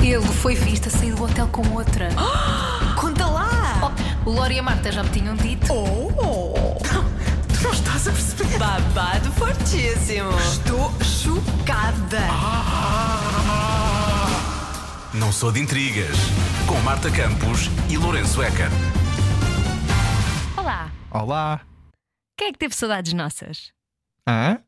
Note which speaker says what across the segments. Speaker 1: Ele foi visto a sair do hotel com outra.
Speaker 2: Conta lá!
Speaker 1: Oh, o Lori e a Marta já me tinham dito.
Speaker 2: Oh!
Speaker 3: Tu não estás a perceber?
Speaker 2: Babado fortíssimo!
Speaker 3: Estou chocada.
Speaker 4: Não sou de intrigas. Com Marta Campos e Lourenço Eker.
Speaker 5: Olá,
Speaker 6: Olá!
Speaker 5: quem é que teve saudades nossas?
Speaker 6: Hã?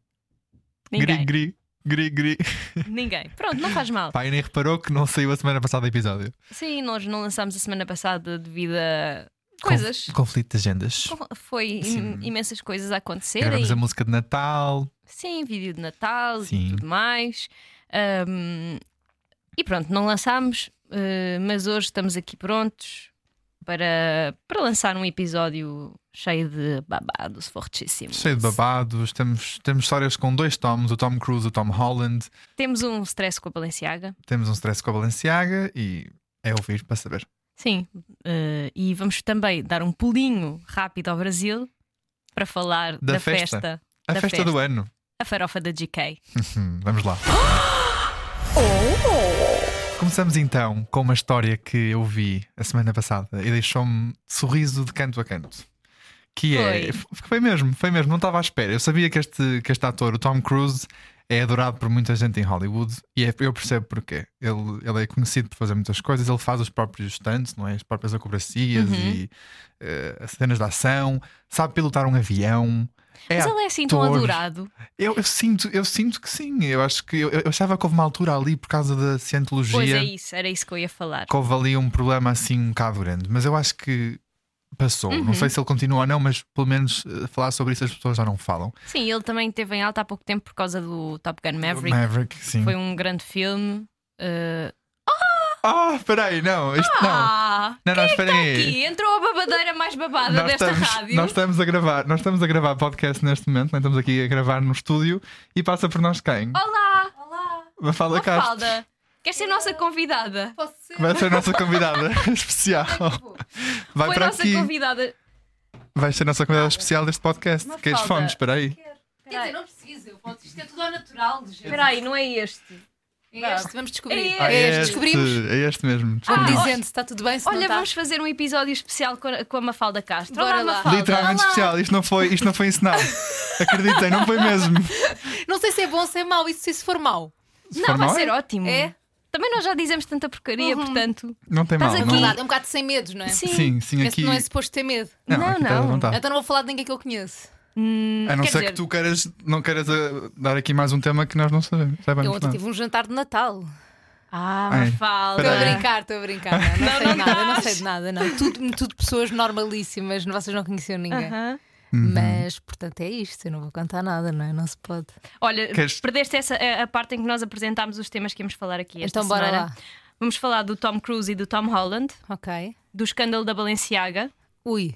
Speaker 5: Ninguém.
Speaker 6: Gri, gri, gri, gri.
Speaker 5: Ninguém. Pronto, não faz mal.
Speaker 6: Pá, e nem reparou que não saiu a semana passada o episódio.
Speaker 5: Sim, nós não lançámos a semana passada devido a coisas.
Speaker 6: Conf- conflito de agendas.
Speaker 5: Foi im-
Speaker 6: Sim.
Speaker 5: imensas coisas a acontecerem.
Speaker 6: Gravamos a música de Natal.
Speaker 5: Sim, vídeo de Natal e
Speaker 6: Sim.
Speaker 5: tudo mais. Ahm, e pronto, não lançámos, eh, mas hoje estamos aqui prontos para, para lançar um episódio cheio de babados fortíssimos.
Speaker 6: Cheio de babados. Temos, temos histórias com dois Toms: o Tom Cruise, o Tom Holland.
Speaker 5: Temos um stress com a Balenciaga.
Speaker 6: Temos um stress com a Balenciaga e é ouvir para saber.
Speaker 5: Sim, eh, e vamos também dar um pulinho rápido ao Brasil para falar da,
Speaker 6: Da festa. A
Speaker 5: Da
Speaker 6: festa, do ano.
Speaker 5: a farofa da GK.
Speaker 6: Hum, vamos lá.
Speaker 5: Oh!
Speaker 6: Começamos então com uma história que eu vi a semana passada e deixou-me sorriso de canto a canto. Que é.
Speaker 5: Foi.
Speaker 6: f- Foi mesmo, foi mesmo, não estava à espera. Eu sabia que este, que este ator, o Tom Cruise, é adorado por muita gente em Hollywood e é- eu percebo porquê. Ele, ele é conhecido por fazer muitas coisas, ele faz os próprios stunts, não é? As próprias
Speaker 5: Uhum.
Speaker 6: acrobacias e eh, as cenas de ação, sabe pilotar um avião. É
Speaker 5: Mas ele é assim tão
Speaker 6: ator.
Speaker 5: adorado.
Speaker 6: Eu, eu sinto, eu sinto que sim. Eu acho que eu, eu achava que houve uma altura ali por causa da
Speaker 5: Pois
Speaker 6: cientologia
Speaker 5: é isso, era isso que eu ia falar.
Speaker 6: que houve ali um problema assim um bocado grande, mas eu acho que passou.
Speaker 5: Uhum.
Speaker 6: Não sei se ele continua ou não, mas pelo menos eh, falar sobre isso as pessoas já não falam.
Speaker 5: Sim, ele também teve em alta há pouco tempo por causa do Top Gun Maverick.
Speaker 6: Maverick, sim.
Speaker 5: Foi um grande filme. eh,
Speaker 6: Ah, peraí, não, isto não.
Speaker 5: Ah!
Speaker 6: Não, não, espera aí.
Speaker 5: Aqui entrou a babadeira mais babada
Speaker 6: É. Nós
Speaker 5: desta
Speaker 6: estamos,
Speaker 5: rádio.
Speaker 6: nós estamos a gravar, nós estamos a gravar podcast neste momento, nós estamos aqui a gravar no estúdio e passa por nós quem?
Speaker 5: Olá!
Speaker 6: Fala Castro.
Speaker 5: Oh, Mafalda! Queres ser nossa convidada?
Speaker 1: Posso ser?
Speaker 6: Vai ser a nossa convidada especial. Vai
Speaker 5: tipo, Foi
Speaker 6: para
Speaker 5: nossa
Speaker 6: aqui.
Speaker 5: convidada.
Speaker 6: Vais ser a nossa convidada especial deste podcast.
Speaker 5: Mafalda.
Speaker 6: Queres fones? Espera
Speaker 5: É
Speaker 6: aí.
Speaker 1: Quer dizer, não precisa. Eu posso... Isto é tudo ao natural, de jeito.
Speaker 5: Espera aí, não é este.
Speaker 1: É este, vamos descobrir.
Speaker 5: É
Speaker 6: Ah,
Speaker 5: este,
Speaker 6: é, este,
Speaker 1: descobrimos.
Speaker 6: é este
Speaker 5: Ah,
Speaker 6: mesmo.
Speaker 1: Vou
Speaker 6: descobrimos.
Speaker 1: dizendo se está tudo bem, se não
Speaker 5: Olha,
Speaker 1: está.
Speaker 5: vamos fazer um episódio especial com a, com a Mafalda Castro.
Speaker 1: Bora
Speaker 5: Olá,
Speaker 1: lá.
Speaker 5: Mafalda.
Speaker 6: Literalmente
Speaker 5: Olá.
Speaker 6: especial. Isto não foi, isto não foi ensinado. Acreditem, não foi mesmo.
Speaker 1: Não sei se é bom ou se é mau. Isso se isso for mau.
Speaker 6: Se
Speaker 5: Não,
Speaker 6: for
Speaker 5: vai
Speaker 6: mal,
Speaker 5: ser ótimo.
Speaker 1: É? Uhum.
Speaker 5: Também nós já dizemos tanta porcaria, portanto.
Speaker 6: Não tem mal.
Speaker 5: Estás
Speaker 1: É
Speaker 5: aqui.
Speaker 6: Não...
Speaker 1: verdade, é um bocado sem medos, não é?
Speaker 5: Sim.
Speaker 6: Sim, sim,
Speaker 1: Esse
Speaker 6: aqui. Ah.
Speaker 1: Não é suposto ter medo.
Speaker 6: Não,
Speaker 5: Não,
Speaker 6: aqui estás à
Speaker 5: não.
Speaker 6: vontade.
Speaker 1: Então não vou falar de ninguém que eu conheço.
Speaker 5: Hum,
Speaker 6: A não
Speaker 5: quer
Speaker 6: ser
Speaker 5: dizer,
Speaker 6: que tu queiras, não queiras eh, dar aqui mais um tema que nós não sabemos.
Speaker 1: Eu
Speaker 6: saibamos
Speaker 1: ontem
Speaker 6: nada.
Speaker 1: tive um jantar de Natal.
Speaker 5: Ah,
Speaker 6: Ai,
Speaker 5: Mafalda.
Speaker 1: Estou a
Speaker 6: Peraí.
Speaker 1: brincar, estou a brincar. Não, não sei
Speaker 5: Não, não
Speaker 1: de nada, não
Speaker 5: estás.
Speaker 1: sei de nada, não. Tudo, tudo pessoas normalíssimas, vocês não conheciam ninguém.
Speaker 5: Aham.
Speaker 1: Mas, portanto, é isto. Eu não vou contar nada, não é? Não se pode.
Speaker 5: Olha,
Speaker 6: Queres-
Speaker 5: perdeste essa, a, a parte em que nós apresentámos os temas que íamos falar aqui esta
Speaker 1: então, bora
Speaker 5: semana.
Speaker 1: lá.
Speaker 5: Vamos falar do Tom Cruise e do Tom Holland,
Speaker 1: Ok.
Speaker 5: do escândalo da Balenciaga,
Speaker 1: Ui.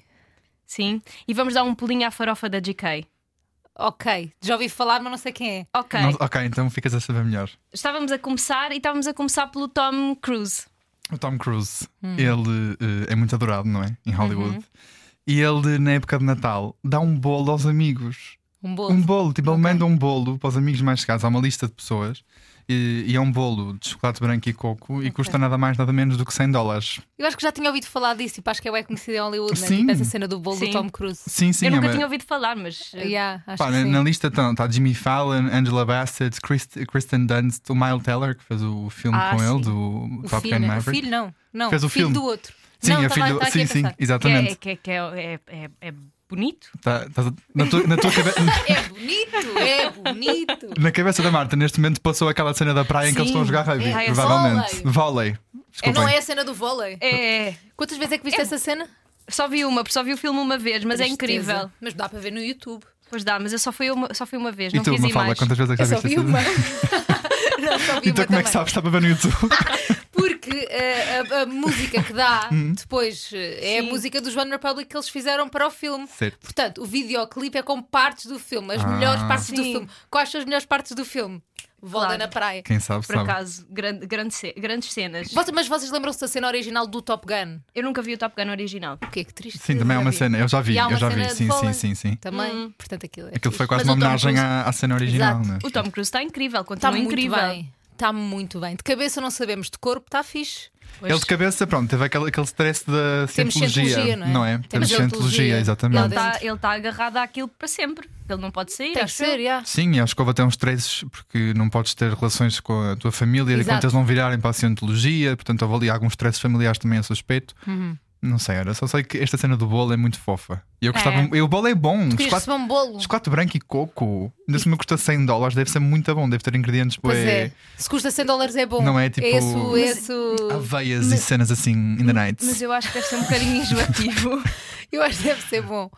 Speaker 5: sim, e vamos dar um pulinho à farofa da GK.
Speaker 1: Ok. Já ouvi falar, mas não sei quem é.
Speaker 5: Ok,
Speaker 6: Não- ok, então ficas a saber melhor.
Speaker 5: estávamos a começar e estávamos a começar pelo Tom Cruise.
Speaker 6: O Tom Cruise,
Speaker 5: Hum.
Speaker 6: ele eh, é muito adorado, não é? Em Hollywood.
Speaker 5: Uhum.
Speaker 6: E ele, na época de Natal, dá um bolo aos amigos.
Speaker 1: Um bolo.
Speaker 6: Um bolo, tipo, ele manda um bolo para os amigos mais chegados, há uma lista de pessoas. E, e é um bolo de chocolate branco e coco e custa nada mais, nada menos do que 100 dólares.
Speaker 1: Eu acho que já tinha ouvido falar disso, tipo, acho que é bem conhecido em Hollywood, né?
Speaker 6: Sim.
Speaker 1: Tipo essa cena do bolo
Speaker 5: Sim.
Speaker 1: do Tom Cruise.
Speaker 6: Sim, sim,
Speaker 5: Eu nunca
Speaker 6: é uma-
Speaker 5: tinha ouvido falar, mas eh,
Speaker 1: Yeah, acho
Speaker 6: Pá,
Speaker 1: que
Speaker 6: na,
Speaker 1: sim.
Speaker 6: na lista estão tá Jimmy Fallon, Angela Bassett, Christ, Kristen Dunst, o Miles Teller, que fez o filme
Speaker 1: Ah,
Speaker 6: com
Speaker 1: sim.
Speaker 6: ele, do
Speaker 1: O
Speaker 6: Top
Speaker 1: filho,
Speaker 6: Gun
Speaker 1: né? O
Speaker 6: Maverick.
Speaker 1: filho não. Não,
Speaker 6: Fez o
Speaker 1: filho
Speaker 6: filme.
Speaker 1: do outro.
Speaker 6: Sim,
Speaker 1: não,
Speaker 6: é
Speaker 1: tava-
Speaker 6: filho do...
Speaker 1: tava aqui
Speaker 6: Sim,
Speaker 1: a
Speaker 6: sim,
Speaker 1: pensar.
Speaker 5: que é,
Speaker 6: exatamente.
Speaker 5: que é, que é, é- é- é bonito.
Speaker 6: Tá- tá- na, tua, na tua cabe-
Speaker 1: É bonito, é bonito.
Speaker 6: na cabeça da Marta, neste momento, passou aquela cena da praia em que eles
Speaker 5: Sim.
Speaker 6: estão a jogar rugby,
Speaker 5: É, é
Speaker 6: provavelmente. Vôlei.
Speaker 1: É,
Speaker 6: Desculpem.
Speaker 1: não é a cena do vôlei?
Speaker 5: É,
Speaker 1: Quantas vezes é que viste essa cena?
Speaker 5: só vi uma, só vi o filme uma vez, mas é
Speaker 1: Tristeza.
Speaker 5: incrível.
Speaker 1: Mas dá para ver no YouTube.
Speaker 5: Pois dá, mas eu só fui uma, só fui uma vez,
Speaker 6: E
Speaker 5: não
Speaker 6: tu,
Speaker 5: quis ir
Speaker 6: Mafalda,
Speaker 5: mais.
Speaker 6: quantas vezes é que
Speaker 1: Eu
Speaker 6: já
Speaker 1: só
Speaker 6: viste
Speaker 1: vi
Speaker 6: esse
Speaker 1: uma.
Speaker 6: filme?
Speaker 1: Não, só vi
Speaker 6: E
Speaker 1: uma
Speaker 6: tu, como é que
Speaker 1: também.
Speaker 6: sabes? Estava a ver no YouTube.
Speaker 1: Porque eh, a, a música que dá
Speaker 6: Hum.
Speaker 1: depois eh, é a
Speaker 5: Sim.
Speaker 1: música dos One Republic que eles fizeram para o filme.
Speaker 6: Certo.
Speaker 1: Portanto, o videoclipe é com partes do filme, as
Speaker 6: Ah.
Speaker 1: melhores partes do
Speaker 5: Sim.
Speaker 1: filme. Quais são as melhores partes do filme? Volta
Speaker 5: Claro.
Speaker 1: na praia.
Speaker 6: Quem sabe,
Speaker 5: Por
Speaker 6: sabe.
Speaker 5: acaso, grande, grande ce- grandes cenas.
Speaker 1: Vocês- mas vocês lembram-se da cena original do Top Gun?
Speaker 5: Eu nunca vi o Top Gun original.
Speaker 1: O que é que triste?
Speaker 6: Sim, também é uma
Speaker 1: Havia.
Speaker 6: cena. Eu já vi,
Speaker 1: E há
Speaker 6: eu
Speaker 1: uma
Speaker 6: já
Speaker 1: cena
Speaker 6: vi.
Speaker 1: de
Speaker 6: Sim,
Speaker 1: vôlei.
Speaker 6: sim, sim, sim.
Speaker 1: Também, portanto, aquilo é.
Speaker 6: Aquilo foi
Speaker 1: fixe.
Speaker 6: quase
Speaker 1: Mas
Speaker 6: uma
Speaker 1: o Tom
Speaker 6: homenagem
Speaker 1: Cruise
Speaker 6: à, à cena original,
Speaker 1: Exato.
Speaker 6: né? Tá
Speaker 5: O Tom Cruise está incrível, continua
Speaker 1: Está muito
Speaker 5: incrível.
Speaker 1: bem. Está muito bem. De cabeça não sabemos, de corpo está fixe.
Speaker 5: Pois.
Speaker 6: Ele de cabeça, pronto, teve aquele, aquele stress da
Speaker 1: Temos
Speaker 6: cientologia,
Speaker 1: cientologia,
Speaker 6: não
Speaker 1: não é?
Speaker 6: é? Temos
Speaker 1: Temos
Speaker 6: cientologia,
Speaker 1: cientologia.
Speaker 5: Ele
Speaker 6: exatamente.
Speaker 1: Não,
Speaker 5: está
Speaker 1: dentro.
Speaker 5: agarrado àquilo para sempre. Ele não pode sair.
Speaker 6: Tá
Speaker 1: Tem que
Speaker 5: acho eu.
Speaker 1: ser, já.
Speaker 6: Sim, e acho que houve até uns stresses, porque não podes ter relações com a tua família e
Speaker 1: Exato.
Speaker 6: quando eles não virarem para a cientologia, portanto houve ali alguns stresses familiares também a suspeito.
Speaker 1: Uhum.
Speaker 6: Não sei, olha, só sei que esta cena do bolo é muito fofa. E eu gostava. E o bolo é bom,
Speaker 1: Querias
Speaker 6: chocolate,
Speaker 1: receber um bolo.
Speaker 6: chocolate branco e coco. Ainda se me custa 100 dólares, deve ser muito bom, deve ter ingredientes
Speaker 1: Pois
Speaker 6: bué-
Speaker 1: é. Se custa 100 dólares é bom.
Speaker 6: Não é, tipo-
Speaker 1: Esse,
Speaker 6: Mas-
Speaker 1: esse...
Speaker 6: Aveias e cenas assim in the night.
Speaker 5: Mas eu acho que deve ser um bocadinho enjoativo.
Speaker 1: Eu acho que deve ser bom.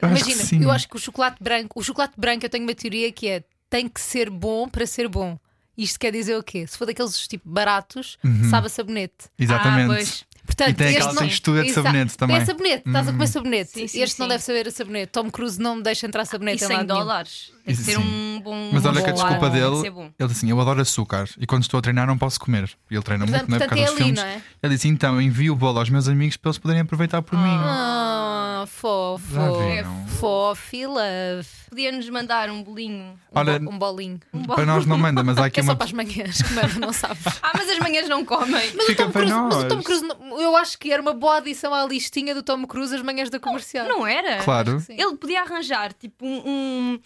Speaker 6: Eu acho que
Speaker 1: Imagina,
Speaker 6: sim.
Speaker 1: eu acho que o chocolate branco, o chocolate branco eu tenho uma teoria que é tem que ser bom para ser bom. Isto quer dizer o quê? Se for daqueles tipo baratos, sabe a sabonete.
Speaker 5: Ah,
Speaker 6: Exatamente.
Speaker 5: pois.
Speaker 1: Portanto,
Speaker 6: Uhum. E tem
Speaker 1: este
Speaker 6: aquela
Speaker 1: não-
Speaker 6: textura de
Speaker 1: Exato.
Speaker 6: sabonete também. Uhum.
Speaker 1: É sabonete, estás a comer sabonete.
Speaker 5: Sim, sim,
Speaker 1: este não
Speaker 5: sim. é
Speaker 1: deve saber a sabonete. Tom Cruise não me deixa entrar
Speaker 5: E
Speaker 1: sabonete em
Speaker 5: 100
Speaker 1: lado nenhum.
Speaker 5: dólares. Tem que
Speaker 6: É Isso
Speaker 5: ser
Speaker 6: sim.
Speaker 5: um bom.
Speaker 6: Mas
Speaker 5: um
Speaker 6: olha
Speaker 5: bom
Speaker 6: que a
Speaker 5: lar,
Speaker 6: desculpa
Speaker 5: tem que
Speaker 6: dele,
Speaker 5: ser
Speaker 1: é
Speaker 5: bom.
Speaker 6: ele disse assim: Eu adoro açúcar e quando estou a treinar não posso comer. E ele treina
Speaker 1: Portanto,
Speaker 6: muito, não é? Por
Speaker 1: portanto,
Speaker 6: causa
Speaker 1: é
Speaker 6: dos
Speaker 1: ali,
Speaker 6: filmes.
Speaker 1: não é?
Speaker 6: Ele disse: Então, eu envio o bolo aos meus amigos para eles poderem aproveitar por mim.
Speaker 1: Ah, fofo.
Speaker 6: Já viram?
Speaker 1: Fofo e love.
Speaker 5: Podia-nos mandar um bolinho.
Speaker 1: Um,
Speaker 6: Olha,
Speaker 1: bo- um bolinho.
Speaker 6: para nós não manda, mas há aqui
Speaker 1: É só
Speaker 6: uma.
Speaker 1: para as manhãs, que mano, não sabes.
Speaker 5: Ah, mas as manhãs não comem.
Speaker 1: Mas,
Speaker 6: Fica
Speaker 1: o Tom
Speaker 6: para
Speaker 1: Cruise, mas o Tom
Speaker 6: nós.
Speaker 1: Cruise, não- eu acho que era uma boa adição à listinha do Tom Cruise as manhãs da comercial.
Speaker 5: Não era?
Speaker 6: Claro.
Speaker 1: Acho é que sim.
Speaker 5: Ele podia arranjar tipo um. um...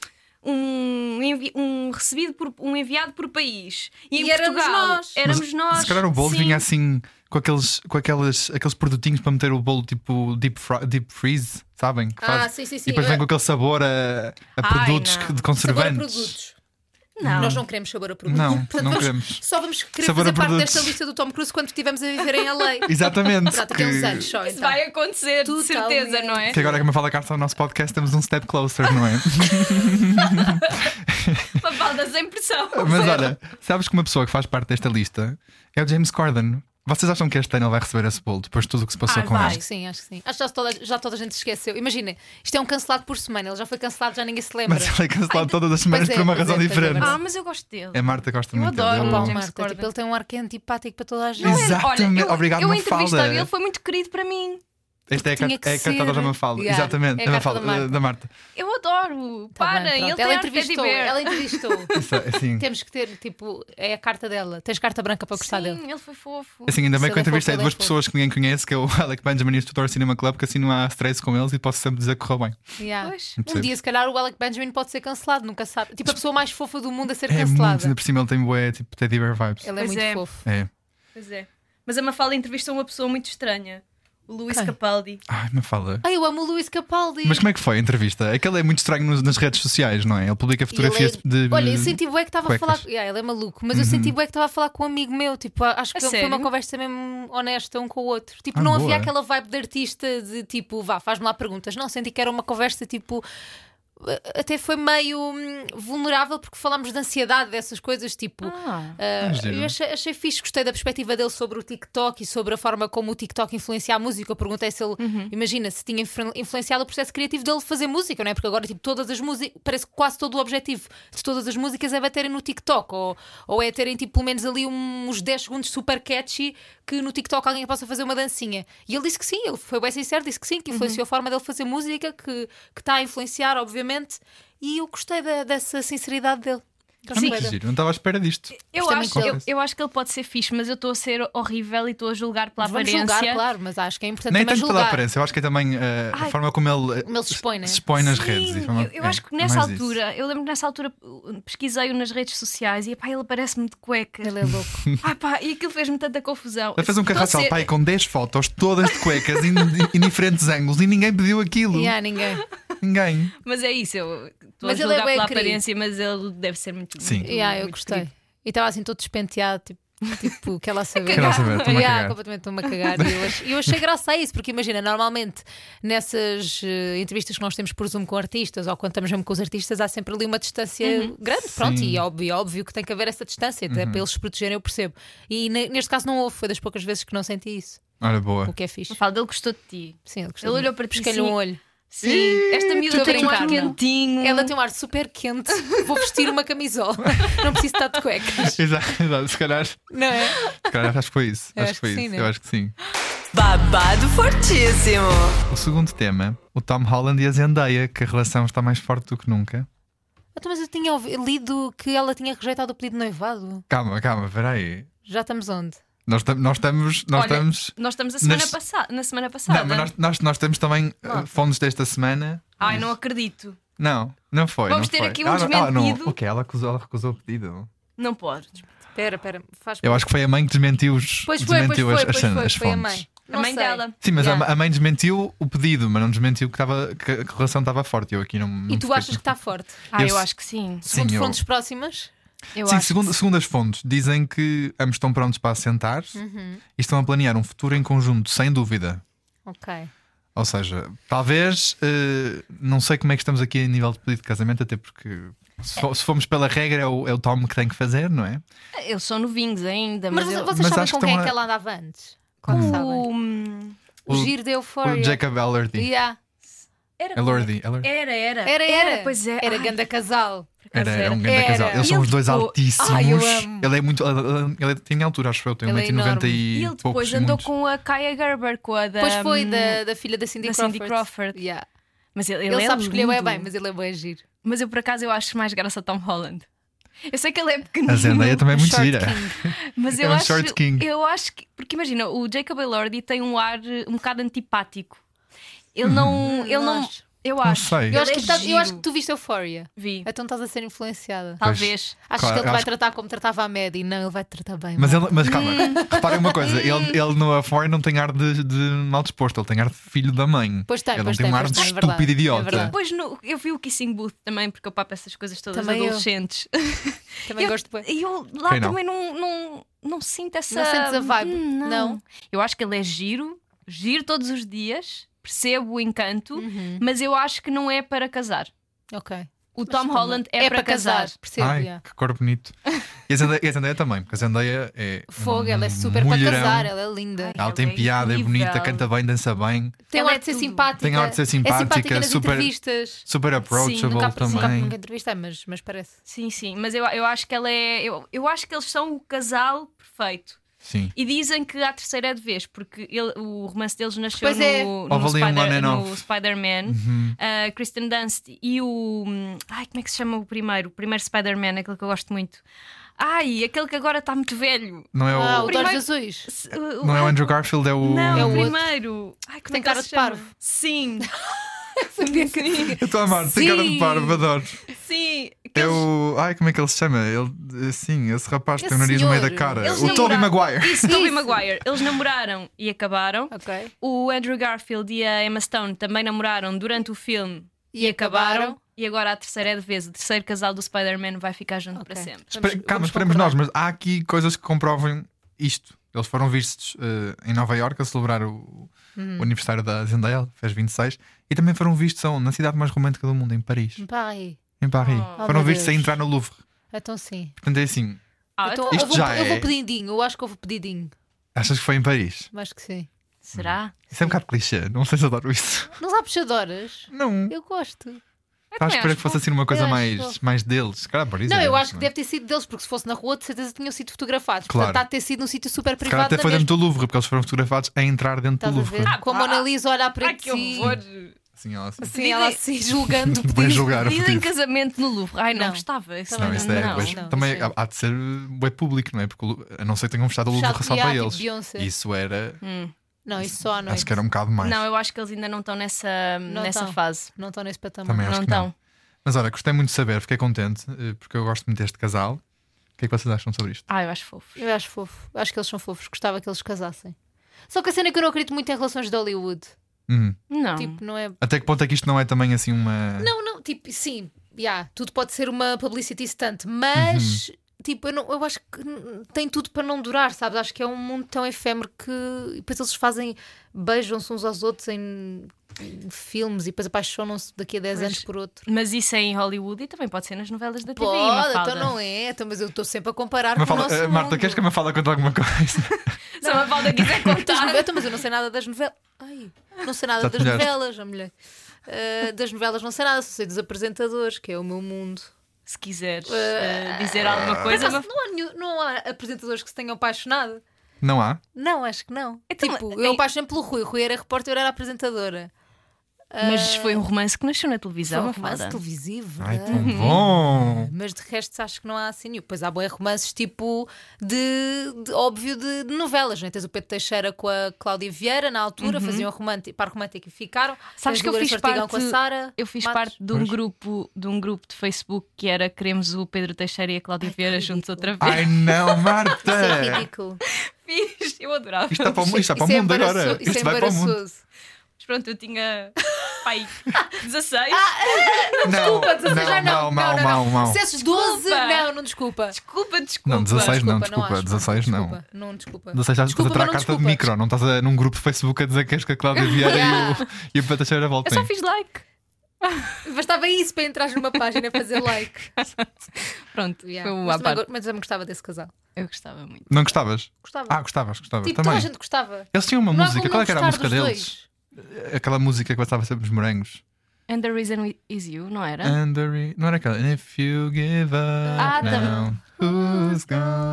Speaker 5: Um, envi- um recebido por um enviado por país e, em
Speaker 1: E éramos
Speaker 5: Portugal
Speaker 1: nós.
Speaker 5: éramos
Speaker 6: Mas,
Speaker 5: nós
Speaker 6: Se calhar o bolo
Speaker 5: Sim.
Speaker 6: vinha assim com aqueles, com aquelas, aqueles produtinhos para meter o bolo tipo deep, fry- deep freeze, sabem? Que
Speaker 1: Ah, sim, sim, sim.
Speaker 6: E depois vem com aquele sabor a, a
Speaker 5: Ai,
Speaker 6: produtos
Speaker 5: não.
Speaker 6: que- de
Speaker 1: sabor a
Speaker 6: conservantes.
Speaker 1: produtos.
Speaker 5: não
Speaker 1: Nós não queremos sabor a produtos.
Speaker 6: Não,
Speaker 1: Portanto,
Speaker 6: não
Speaker 1: vamos-
Speaker 6: queremos.
Speaker 1: Só vamos querer
Speaker 6: Sabor a
Speaker 1: fazer parte
Speaker 6: produtos.
Speaker 1: desta lista do Tom Cruise quando estivermos a viver em LA.
Speaker 6: Exatamente.
Speaker 1: Exato,
Speaker 6: que-
Speaker 1: aqui há uns anos só.
Speaker 5: Isso
Speaker 1: então.
Speaker 5: vai acontecer de
Speaker 1: Totalmente.
Speaker 5: certeza não é
Speaker 6: Que agora que me fala carta ao nosso podcast, estamos um step closer, não é?
Speaker 5: Papalda sem pressão
Speaker 1: é.
Speaker 6: Mas olha, sabes que uma pessoa que faz parte desta lista é o James Corden. Vocês acham que este ano ele vai receber esse bolo depois de tudo o que se passou
Speaker 5: Ah,
Speaker 6: com
Speaker 5: vai.
Speaker 1: Acho
Speaker 6: ele?
Speaker 1: que sim, acho que sim. Acho que já toda, já toda a gente se esqueceu. Imagina, isto é um cancelado por semana. Ele já foi cancelado, já ninguém se lembra.
Speaker 6: Mas ele é cancelado todas as semanas
Speaker 1: pois é,
Speaker 6: por uma
Speaker 1: pois é,
Speaker 6: razão
Speaker 1: pois é,
Speaker 6: diferente.
Speaker 1: pois
Speaker 5: ah mas eu gosto dele
Speaker 6: a Marta gosta
Speaker 5: Eu
Speaker 6: muito
Speaker 5: adoro
Speaker 6: dele.
Speaker 5: o
Speaker 1: Pá, o
Speaker 5: James
Speaker 1: Marta,
Speaker 5: Corden.
Speaker 1: tipo, ele tem um ar que é antipático para toda a gente.
Speaker 5: Não é, era-
Speaker 6: Exatamente.
Speaker 5: olha, eu,
Speaker 6: Obrigado,
Speaker 5: eu
Speaker 6: Mafalda.
Speaker 5: entrevistei ele foi muito querido para mim
Speaker 6: Esta é a,
Speaker 1: Tinha
Speaker 6: cat-
Speaker 1: que
Speaker 6: é a cartada
Speaker 1: ser.
Speaker 6: da Mafalda.
Speaker 1: Yeah,
Speaker 6: Exatamente,
Speaker 1: é a
Speaker 6: da,
Speaker 1: carta
Speaker 6: Mafalda,
Speaker 1: da Marta.
Speaker 6: da Marta.
Speaker 5: eu adoro
Speaker 1: Tá bem,
Speaker 5: parem
Speaker 1: pronto.
Speaker 5: ele tem é
Speaker 1: ela
Speaker 5: ar de teddy
Speaker 1: entrevistou,
Speaker 5: bear.
Speaker 1: ela entrevistou.
Speaker 6: Isso, assim,
Speaker 1: Temos que ter, tipo, é a carta dela. Tens carta branca para gostar
Speaker 5: sim
Speaker 1: dele.
Speaker 5: ele foi fofo
Speaker 6: assim, ainda bem
Speaker 1: Se
Speaker 6: que
Speaker 1: ele é fofo,
Speaker 6: eu entrevistei
Speaker 1: ele é
Speaker 6: duas
Speaker 1: fofo.
Speaker 6: pessoas que ninguém conhece, que é o Alec Benjamin e o Tutor Cinema Club, que assim não há stress com eles e posso sempre dizer que correu bem.
Speaker 1: Yeah.
Speaker 5: Pois.
Speaker 1: Um
Speaker 6: Percebo.
Speaker 1: dia, se calhar, o Alec Benjamin pode ser cancelado, nunca sabe. Tipo, a pessoa mais fofa do mundo a ser
Speaker 6: É muito,
Speaker 1: cancelada.
Speaker 6: ainda por cima ele tem bué, tipo Teddy Bear vibes.
Speaker 1: Ele é
Speaker 5: Pois
Speaker 1: muito
Speaker 5: é.
Speaker 1: fofo.
Speaker 6: É.
Speaker 5: pois é mas a Mafalda entrevistou uma pessoa muito estranha o Luís
Speaker 1: Quem?
Speaker 5: Capaldi
Speaker 6: Ai, Mafalda.
Speaker 1: Ai, eu amo o Luís Capaldi.
Speaker 6: Mas como é que foi a entrevista? Aquele é muito estranho nos- nas redes sociais, não é? Ele
Speaker 1: E
Speaker 6: publica
Speaker 1: ele é-
Speaker 6: fotografias de.
Speaker 1: Olha, eu senti bué que estava a falar.
Speaker 6: cuecas. Uhum.
Speaker 1: Yeah, ele é maluco, mas eu senti bué que estava a falar com um amigo meu. Tipo, a- acho
Speaker 5: A
Speaker 1: que foi
Speaker 5: sério?
Speaker 1: uma conversa mesmo honesta um com o outro. Tipo,
Speaker 6: Ah,
Speaker 1: não
Speaker 6: boa.
Speaker 1: havia aquela vibe de artista de tipo, vá, faz-me lá perguntas. Não, senti que era uma conversa tipo. eh, Até foi meio hum, vulnerável porque falámos de ansiedade, dessas coisas, tipo. eh,
Speaker 6: Ah, giro.
Speaker 1: eu achei, achei fixe, gostei da perspectiva dele sobre o TikTok e sobre a forma como o TikTok influencia a música. Eu perguntei se ele, imagina, se tinha influ- influenciado o processo criativo dele de fazer música, não é? Porque agora, tipo, todas as músicas, parece que quase todo o objetivo de todas as músicas é baterem no TikTok ou, ou é terem, tipo, pelo menos ali uns 10 segundos super catchy que no TikTok alguém possa fazer uma dancinha. E ele disse que sim, ele foi bem sincero, disse que sim, que influenciou a forma dele fazer música, que, que está a influenciar, obviamente. E eu gostei da- dessa sinceridade dele.
Speaker 6: Sim.
Speaker 1: Gostei da-
Speaker 6: Ah, Giro. Não estava à espera disto.
Speaker 5: Eu
Speaker 1: Gostei
Speaker 5: acho,
Speaker 1: muito
Speaker 5: eu,
Speaker 6: dele.
Speaker 5: eu acho que ele pode ser fixe, mas eu estou a ser horrível e estou a julgar pela
Speaker 1: Vamos
Speaker 5: aparência.
Speaker 1: julgar, claro, mas acho que é importante
Speaker 6: Nem
Speaker 1: também
Speaker 6: tanto pela
Speaker 1: julgar.
Speaker 6: aparência, eu acho que é também eh, a
Speaker 5: Ai,
Speaker 6: forma como ele, eh,
Speaker 1: como ele se expõe, né?
Speaker 6: nas
Speaker 5: Sim,
Speaker 6: redes. e
Speaker 5: eu,
Speaker 6: forma-
Speaker 5: eu
Speaker 6: é,
Speaker 5: acho que nessa
Speaker 6: mais isso.
Speaker 5: altura, eu lembro que nessa altura uh, pesquisei-o nas redes sociais e epá, ele aparece-me de cueca.
Speaker 1: Ele é louco.
Speaker 5: Ah, pá, e aquilo fez-me tanta confusão.
Speaker 6: Ele fez um
Speaker 5: Estou
Speaker 1: Então,
Speaker 5: a
Speaker 6: carrossel
Speaker 5: ser-
Speaker 6: pai com 10 fotos, todas de cuecas, em, em diferentes ângulos, e ninguém pediu
Speaker 5: Uhum.
Speaker 6: aquilo.
Speaker 1: E há ninguém.
Speaker 6: Ninguém.
Speaker 5: Mas é isso, eu estou a
Speaker 1: Mas ele é
Speaker 5: julgar
Speaker 1: bué
Speaker 5: pela
Speaker 1: querido.
Speaker 5: aparência, mas ele deve ser muito
Speaker 6: Sim.
Speaker 5: muito,
Speaker 1: E há, eu
Speaker 5: muito
Speaker 1: gostei.
Speaker 5: querido.
Speaker 1: E estava assim todo despenteado, tipo, tipo que ela saber.
Speaker 6: Quer lá saber, estou-me a
Speaker 1: E há,
Speaker 6: cagar.
Speaker 1: completamente estou-me a cagar. E eu, ach- eu achei graça a isso, porque imagina, normalmente nessas eh, entrevistas que nós temos por Zoom com artistas ou quando estamos mesmo com os artistas, há sempre ali uma distância
Speaker 5: Uhum.
Speaker 1: grande. Pronto,
Speaker 6: Sim. Uhum.
Speaker 1: e é óbvio, é óbvio que tem que haver essa distância, até para eles se protegerem, eu percebo. E ne- neste caso não houve, foi das poucas vezes que não senti isso,
Speaker 6: Olha, boa.
Speaker 1: o que é fixe.
Speaker 5: Fala, ele gostou de ti.
Speaker 1: Sim, ele gostou.
Speaker 5: Ele olhou para ti
Speaker 1: Piscou-lhe um
Speaker 5: assim,
Speaker 1: olho.
Speaker 5: Sim, esta
Speaker 1: tu
Speaker 5: miúda tem um ar
Speaker 1: brincar, não.
Speaker 5: quentinho.
Speaker 1: Ela
Speaker 6: Hum.
Speaker 1: tem um ar super quente. Vou vestir uma camisola. Não preciso estar de cuecas.
Speaker 6: Exato, exato. Se calhar, se
Speaker 1: Não é?
Speaker 6: calhar acho que foi isso.
Speaker 1: Eu
Speaker 6: acho que
Speaker 1: acho que
Speaker 6: foi
Speaker 1: sim,
Speaker 6: isso.
Speaker 1: né?
Speaker 6: Eu acho que sim.
Speaker 2: Babado fortíssimo.
Speaker 6: O segundo tema, o Tom Holland e a Zendaya, que a relação está mais forte do que nunca.
Speaker 1: Então, mas eu tinha ouvi- lido que ela tinha rejeitado o pedido de noivado.
Speaker 6: Calma, calma, peraí.
Speaker 1: Já estamos onde?
Speaker 6: Nós, tam- nós estamos. Nós
Speaker 5: Olha,
Speaker 6: estamos
Speaker 5: Nós estamos a semana
Speaker 6: Nas-
Speaker 5: passa- na semana
Speaker 6: não,
Speaker 5: passada.
Speaker 6: mas nós, nós, nós temos também eh,
Speaker 5: Nossa.
Speaker 6: fontes desta semana.
Speaker 5: Ai, não acredito.
Speaker 6: Não, não foi.
Speaker 5: Vamos
Speaker 6: não
Speaker 5: ter
Speaker 6: foi.
Speaker 5: aqui um
Speaker 6: Ah, não- ah, não.
Speaker 5: desmentido.
Speaker 6: O que ela acusou? Ela recusou o pedido.
Speaker 5: Não podes.
Speaker 1: Espera, espera, faz
Speaker 6: Eu acho que foi a mãe que desmentiu, os,
Speaker 1: Pois foi, pois
Speaker 6: desmentiu
Speaker 1: foi,
Speaker 6: as,
Speaker 1: pois
Speaker 6: as cenas,
Speaker 1: foi,
Speaker 6: as
Speaker 1: foi a
Speaker 6: fontes.
Speaker 1: mãe.
Speaker 5: a mãe dela.
Speaker 6: Sim, mas a
Speaker 1: Yeah.
Speaker 6: ma- a, mãe desmentiu o pedido, mas não desmentiu que, estava, que a relação estava forte. Eu aqui não.
Speaker 1: E tu achas que está forte?
Speaker 5: Ah, eu,
Speaker 6: Eu-
Speaker 5: acho que sim.
Speaker 1: Segundo
Speaker 6: eu-
Speaker 1: fontes próximas?
Speaker 5: Eu
Speaker 6: Sim,
Speaker 5: acho
Speaker 6: segundo,
Speaker 5: que sim.
Speaker 6: segundo as fontes, dizem que ambos estão prontos para assentar
Speaker 1: Uhum.
Speaker 6: e estão a planear um futuro em conjunto, sem dúvida.
Speaker 1: Ok.
Speaker 6: Ou seja, talvez, eh, não sei como é que estamos aqui a nível de pedido de casamento, até porque se, fo- se formos pela regra, é o, é o Tom que tem que fazer, não é?
Speaker 5: Eles são novinhos ainda,
Speaker 1: Mas, tá
Speaker 5: mas,
Speaker 1: vo-
Speaker 5: eu...
Speaker 1: vocês
Speaker 6: Mas
Speaker 1: sabem
Speaker 6: acho
Speaker 1: com
Speaker 6: que
Speaker 1: quem é
Speaker 6: estão
Speaker 1: que
Speaker 6: a-
Speaker 1: ela andava antes? Como sabem?
Speaker 5: O-
Speaker 1: O, giro de
Speaker 6: o
Speaker 1: Euphoria.
Speaker 6: Jacob Ellerdy.
Speaker 1: Yeah.
Speaker 5: Era,
Speaker 6: É Lordy, é Lordy.
Speaker 5: era, era.
Speaker 1: Era, era.
Speaker 5: pois é.
Speaker 1: Era
Speaker 5: Ai,
Speaker 1: ganda casal.
Speaker 6: Era, era um grande
Speaker 1: Era.
Speaker 6: casal. Eles
Speaker 5: E
Speaker 6: são
Speaker 5: ele
Speaker 6: os dois
Speaker 5: ficou-
Speaker 6: altíssimos.
Speaker 1: Ai, eu amo.
Speaker 6: ele é muito. Ele, ele tem minha altura, acho eu. Tem
Speaker 1: Ele é
Speaker 6: 1,90m
Speaker 1: enorme.
Speaker 6: e.
Speaker 5: E ele
Speaker 6: poucos
Speaker 5: depois andou
Speaker 6: segundos.
Speaker 5: com a Kaya Gerber, com a da.
Speaker 1: Pois foi, da, da filha Um, da Cindy
Speaker 5: da
Speaker 1: Crawford.
Speaker 5: Cindy Crawford.
Speaker 1: Yeah.
Speaker 5: Mas ele, ele,
Speaker 1: Ele,
Speaker 5: é
Speaker 1: sabe escolher é
Speaker 5: lindo.
Speaker 1: bem, mas ele é bem giro.
Speaker 5: Mas eu por acaso eu acho mais graça a Tom Holland. Eu sei que ele é pequenino.
Speaker 6: A Zendaya também é muito
Speaker 1: um Short
Speaker 6: gira.
Speaker 5: Mas
Speaker 6: É
Speaker 5: eu
Speaker 6: um
Speaker 5: acho,
Speaker 6: short king.
Speaker 5: eu acho que. Porque imagina, o Jacob Elordi tem um ar eh, um bocado antipático.
Speaker 6: Uhum.
Speaker 5: Ele não. Ele
Speaker 1: não
Speaker 5: não.
Speaker 1: acho.
Speaker 5: Eu acho.
Speaker 6: sei.
Speaker 1: Eu acho,
Speaker 5: Ele
Speaker 1: que
Speaker 5: é
Speaker 1: tá- eu acho
Speaker 5: giro.
Speaker 1: que tu viste Euphoria.
Speaker 5: Vi.
Speaker 1: Então estás a ser influenciada.
Speaker 5: Talvez.
Speaker 1: Achas
Speaker 6: Claro,
Speaker 1: que ele te
Speaker 6: eu
Speaker 1: vai
Speaker 6: acho que-
Speaker 1: tratar como tratava a Maddie? Não, é? ele vai te tratar bem.
Speaker 6: Mas,
Speaker 1: mano.
Speaker 6: ele, mas calma, reparem uma coisa: ele, ele no Afore não tem ar de, de mal disposto, ele tem ar de filho da mãe.
Speaker 1: Pois tem,
Speaker 6: ele
Speaker 1: pois
Speaker 6: não tem
Speaker 1: tem,
Speaker 6: um ar
Speaker 1: pois
Speaker 6: de
Speaker 1: tem, é
Speaker 6: estúpido
Speaker 1: verdade, é
Speaker 6: idiota.
Speaker 1: verdade.
Speaker 5: Depois no- eu vi o Kissing Booth também, porque eu papo essas coisas todas
Speaker 1: Também eu.
Speaker 5: adolescentes.
Speaker 1: Também
Speaker 5: eu,
Speaker 1: gosto. bué.
Speaker 5: E eu lá
Speaker 6: Quem não?
Speaker 5: também não, não, não sinto essa.
Speaker 1: Não sentes a vibe?
Speaker 5: Hum, Não.
Speaker 1: Não.
Speaker 5: Eu acho que ele é giro, giro todos os dias, percebo o encanto, mas eu acho que não é para casar.
Speaker 1: Ok.
Speaker 5: O Tom Holland é, para casar.
Speaker 1: Percebo,
Speaker 6: Ai,
Speaker 1: yeah.
Speaker 6: que cor bonito. E a Zendaya, e a Zendaya também, porque a Zendaya é.
Speaker 1: Fogo,
Speaker 6: um
Speaker 1: ela é super
Speaker 6: mulherão.
Speaker 1: para casar, ela é linda.
Speaker 5: Ai,
Speaker 6: Ela tem
Speaker 5: Ela é
Speaker 6: piada, é
Speaker 5: incrível.
Speaker 6: bonita, canta bem, dança bem,
Speaker 1: Tem
Speaker 5: Ela
Speaker 1: a
Speaker 5: é
Speaker 1: arte de ser
Speaker 5: tudo.
Speaker 1: simpática.
Speaker 6: Tem a arte de ser
Speaker 1: É
Speaker 6: simpática,
Speaker 1: simpática nas
Speaker 6: super-
Speaker 1: entrevistas.
Speaker 6: super approachable
Speaker 5: nunca
Speaker 1: Sim, nunca
Speaker 6: também.
Speaker 1: nunca entrevistei, mas, mas parece.
Speaker 5: Sim, sim, mas eu, eu acho que ela é. Eu, eu acho que eles são o casal perfeito.
Speaker 6: Sim.
Speaker 5: E dizem que a terceira é de vez, porque ele- o romance deles nasceu
Speaker 1: Pois é.
Speaker 5: no, no,
Speaker 6: Houve ali um Uhum.
Speaker 5: Spider-
Speaker 6: on and
Speaker 5: no
Speaker 6: off.
Speaker 5: Spider-Man. Uh, Kristen Dunst e o. hum, Ai, como é que se chama o primeiro? O primeiro Spider-Man, aquele que eu gosto muito. Ai, aquele que agora está muito velho.
Speaker 6: Não é o,
Speaker 1: Ah, o
Speaker 5: primeiro-
Speaker 1: Dores Azuis.
Speaker 5: Se- o-
Speaker 6: não é o
Speaker 5: ai,
Speaker 6: Andrew Garfield, é o.
Speaker 5: Não,
Speaker 1: É
Speaker 5: o
Speaker 1: o outro.
Speaker 5: primeiro. Ai, como
Speaker 1: Tem
Speaker 5: é que
Speaker 1: cara
Speaker 5: ele
Speaker 1: de
Speaker 5: se chama?
Speaker 1: parvo.
Speaker 5: Sim,
Speaker 6: Eu estou a amar, tem cara de
Speaker 1: Sim.
Speaker 6: barba, adoro.
Speaker 5: sim.
Speaker 6: É
Speaker 5: Aqueles-
Speaker 6: o. Ai, como é que ele se chama? Ele, sim, esse rapaz tem o
Speaker 1: Esse
Speaker 6: nariz no meio da
Speaker 1: senhor.
Speaker 6: cara.
Speaker 5: Eles
Speaker 6: o Tobey
Speaker 5: namoraram.
Speaker 6: Maguire.
Speaker 5: Isso, Tobey Maguire. Eles namoraram e acabaram.
Speaker 1: Ok.
Speaker 5: O Andrew Garfield e a Emma Stone também namoraram durante o filme
Speaker 1: E
Speaker 5: acabaram. E agora a terceira é de vez. O terceiro casal do Spider-Man vai ficar junto para sempre.
Speaker 6: Espera- calma, esperemos nós, mas há aqui coisas que comprovem isto. Eles foram vistos eh, em Nova Iorque a celebrar o, o aniversário da Zendaya, fez 26, e também foram vistos aonde? na cidade mais romântica do mundo, em Paris.
Speaker 1: Pai,
Speaker 6: Em Paris.
Speaker 1: Oh,
Speaker 6: foram
Speaker 1: meu
Speaker 6: vistos a
Speaker 1: Deus.
Speaker 6: entrar no Louvre.
Speaker 1: então sim.
Speaker 6: Portanto, é assim.
Speaker 5: Ah,
Speaker 1: Então,
Speaker 5: então-
Speaker 6: Isto
Speaker 1: eu, vou,
Speaker 6: já
Speaker 1: eu
Speaker 6: é-
Speaker 1: vou pedidinho, eu acho que houve pedidinho.
Speaker 6: Achas que foi em Paris?
Speaker 1: Acho que sim.
Speaker 5: será?
Speaker 6: Isso é um bocado clichê, não sei se adoro isso.
Speaker 1: Não há puxadoras?
Speaker 6: Não.
Speaker 1: Eu gosto.
Speaker 6: Estava a esperar
Speaker 5: também Então é, acho
Speaker 6: que fosse assim uma coisa
Speaker 1: Eu acho
Speaker 6: mais,
Speaker 1: fofo.
Speaker 6: mais deles. Se calhar Paris
Speaker 1: Não,
Speaker 6: é
Speaker 1: eu
Speaker 6: deles,
Speaker 1: acho que
Speaker 6: não é?
Speaker 1: deve ter sido deles, porque se fosse na rua, de certeza tinham sido fotografados.
Speaker 6: Claro.
Speaker 1: Portanto, há de ter sido num sítio super
Speaker 6: Se calhar
Speaker 1: privado.
Speaker 6: até
Speaker 1: da
Speaker 6: foi
Speaker 1: mesma-
Speaker 6: dentro do Louvre, porque eles foram fotografados a entrar dentro
Speaker 1: Estás
Speaker 6: do
Speaker 1: a
Speaker 6: Louvre.
Speaker 1: ver? Com a Mona Lisa a olhar para
Speaker 5: Ai,
Speaker 1: ti.
Speaker 5: que horror!
Speaker 6: Assim, ela assim.
Speaker 1: Sim, ela assim julgando.
Speaker 6: Bem julgar o
Speaker 5: Pedido em
Speaker 6: pedido.
Speaker 5: casamento no Louvre. Ai, não,
Speaker 1: Não.
Speaker 5: gostava. Isso
Speaker 1: Também
Speaker 6: Não,
Speaker 5: não,
Speaker 6: isso é,
Speaker 5: não.
Speaker 6: pois,
Speaker 1: não,
Speaker 6: também
Speaker 1: isso é-
Speaker 6: há de ser é público, não é? Porque o Lu- a não ser que tenham fechado o Louvre
Speaker 1: Fechado,
Speaker 6: só
Speaker 1: e
Speaker 6: para
Speaker 1: há, tipo,
Speaker 6: eles.
Speaker 1: Beyoncé.
Speaker 6: Isso era,
Speaker 1: Não, isso só à noite.
Speaker 6: acho que era um bocado mais.
Speaker 5: Não, eu acho que eles ainda não estão nessa,
Speaker 1: Não
Speaker 5: nessa
Speaker 1: estão.
Speaker 5: fase.
Speaker 1: Não estão nesse patamar.
Speaker 6: um Também acho
Speaker 5: não
Speaker 6: que não.
Speaker 5: estão.
Speaker 6: Mas olha, gostei muito de saber, fiquei contente, eh, porque eu gosto muito deste casal. O que é que vocês acham sobre isto?
Speaker 5: Ah, eu acho fofo.
Speaker 1: Eu acho fofo. Acho que eles são fofos. Gostava que eles casassem. Só que a cena que eu não acredito muito é em relações de Hollywood.
Speaker 6: Hum.
Speaker 5: Não.
Speaker 1: Tipo, não é.
Speaker 6: Até que ponto é que isto não é também assim uma.
Speaker 1: Não, não, tipo, sim, já, tudo pode ser uma publicity stunt,
Speaker 6: Uhum.
Speaker 1: mas. Tipo, eu, não- eu acho que n- tem tudo para não durar, sabes? Acho que é um mundo tão efêmero que e depois eles fazem, beijam-se uns aos outros em, em filmes e depois apaixonam-se daqui a 10 anos por outro.
Speaker 5: Mas isso é em Hollywood e também pode ser nas novelas da TV.
Speaker 1: Pode,
Speaker 5: Mafalda.
Speaker 1: então não é, então, mas eu estou sempre a comparar
Speaker 6: é Mafalda,
Speaker 1: com o nosso
Speaker 6: eh, Marta,
Speaker 1: mundo.
Speaker 6: queres que a Mafalda conte alguma coisa?
Speaker 5: Se a Mafalda quiser
Speaker 1: das
Speaker 5: contar.
Speaker 1: novelas, Então, mas eu não sei nada das novelas. Ai, não sei nada
Speaker 6: Já
Speaker 1: das
Speaker 6: tinhas.
Speaker 1: novelas, a mulher. Ah, das novelas não sei nada, só sei dos apresentadores, que é o meu mundo.
Speaker 5: se quiseres eh, dizer alguma coisa.
Speaker 1: Mas
Speaker 5: Maf-
Speaker 1: não, é? há nenhum- não há apresentadores que se tenham apaixonado?
Speaker 6: não há?
Speaker 1: Não, acho que não.
Speaker 5: Então,
Speaker 1: tipo,
Speaker 5: em-
Speaker 1: eu apaixonei pelo Rui. Rui era repórter, eu era apresentadora.
Speaker 5: Mas foi um romance que nasceu na televisão.
Speaker 1: Foi um
Speaker 5: Mafalda.
Speaker 1: romance televisivo.
Speaker 6: Ai,
Speaker 1: ah.
Speaker 6: tão bom!
Speaker 1: Mas de resto acho que não há assim nenhum. Pois há boé romances tipo de, de- óbvio de, de novelas, não é? Tens o Pedro Teixeira com a Cláudia Vieira na altura, faziam romântico, par romântico e ficaram.
Speaker 5: Sabes
Speaker 1: Tens
Speaker 5: que eu
Speaker 1: Dolores
Speaker 5: fiz
Speaker 1: Ortigão
Speaker 5: parte-
Speaker 1: com a Sara.
Speaker 5: Eu fiz
Speaker 1: Matos.
Speaker 5: parte de um,
Speaker 6: Pois.
Speaker 5: grupo, de um grupo de Facebook que era Queremos o Pedro Teixeira e a Cláudia Vieira juntos outra vez.
Speaker 6: Ai não,
Speaker 1: Isso é
Speaker 6: Marta!
Speaker 1: ridículo.
Speaker 5: Fiz, eu adorava.
Speaker 6: Isto tá está para o mu- isto está para o
Speaker 1: Isso é
Speaker 6: mundo agora.
Speaker 1: embaraçoso- Isso é
Speaker 6: Isto vai para o mundo.
Speaker 1: embaraçoso.
Speaker 5: Mas pronto, eu tinha pai 16.
Speaker 1: Ah,
Speaker 6: Não,
Speaker 1: Desculpa, 16 já não.
Speaker 6: não, não, não, não.
Speaker 1: Se és 12,
Speaker 5: Desculpa.
Speaker 1: não, não desculpa.
Speaker 5: Desculpa, desculpa.
Speaker 6: Não, 16 não,
Speaker 1: Desculpa,
Speaker 6: desculpa,
Speaker 1: acho,
Speaker 6: 16 não.
Speaker 1: Desculpa, não, desculpa.
Speaker 6: 16 já estás a
Speaker 1: é Desculpa,
Speaker 6: tirar
Speaker 1: mas
Speaker 6: a
Speaker 1: não
Speaker 6: carta de
Speaker 1: desculpas.
Speaker 6: micro, não é? estás a- num grupo de Facebook a dizer que és que a Cláudia Vieira e o, e o Pedro Teixeira
Speaker 5: Eu
Speaker 6: voltem.
Speaker 5: só fiz like.
Speaker 1: Bastava isso para entrar numa página e fazer like.
Speaker 5: Pronto,
Speaker 1: Yeah.
Speaker 5: foi o
Speaker 1: Mas
Speaker 5: à
Speaker 1: também
Speaker 5: parte.
Speaker 1: go- mas eu me gostava desse casal.
Speaker 5: Eu gostava muito.
Speaker 6: Não gostavas?
Speaker 1: Gostava.
Speaker 6: Ah, gostavas, gostavas.
Speaker 1: tipo, toda
Speaker 6: Também.
Speaker 1: a gente gostava.
Speaker 6: Eles tinham uma
Speaker 1: Não há
Speaker 6: música,
Speaker 1: como
Speaker 6: qual
Speaker 1: não
Speaker 6: é que era a
Speaker 1: gostar
Speaker 6: música
Speaker 1: dos
Speaker 6: deles? Aquela música que passava sempre nos morangos.
Speaker 5: And the reason we- is you, não era?
Speaker 6: And the re- Não era aquela? And if you give up
Speaker 5: Ah, tá.
Speaker 6: now, who's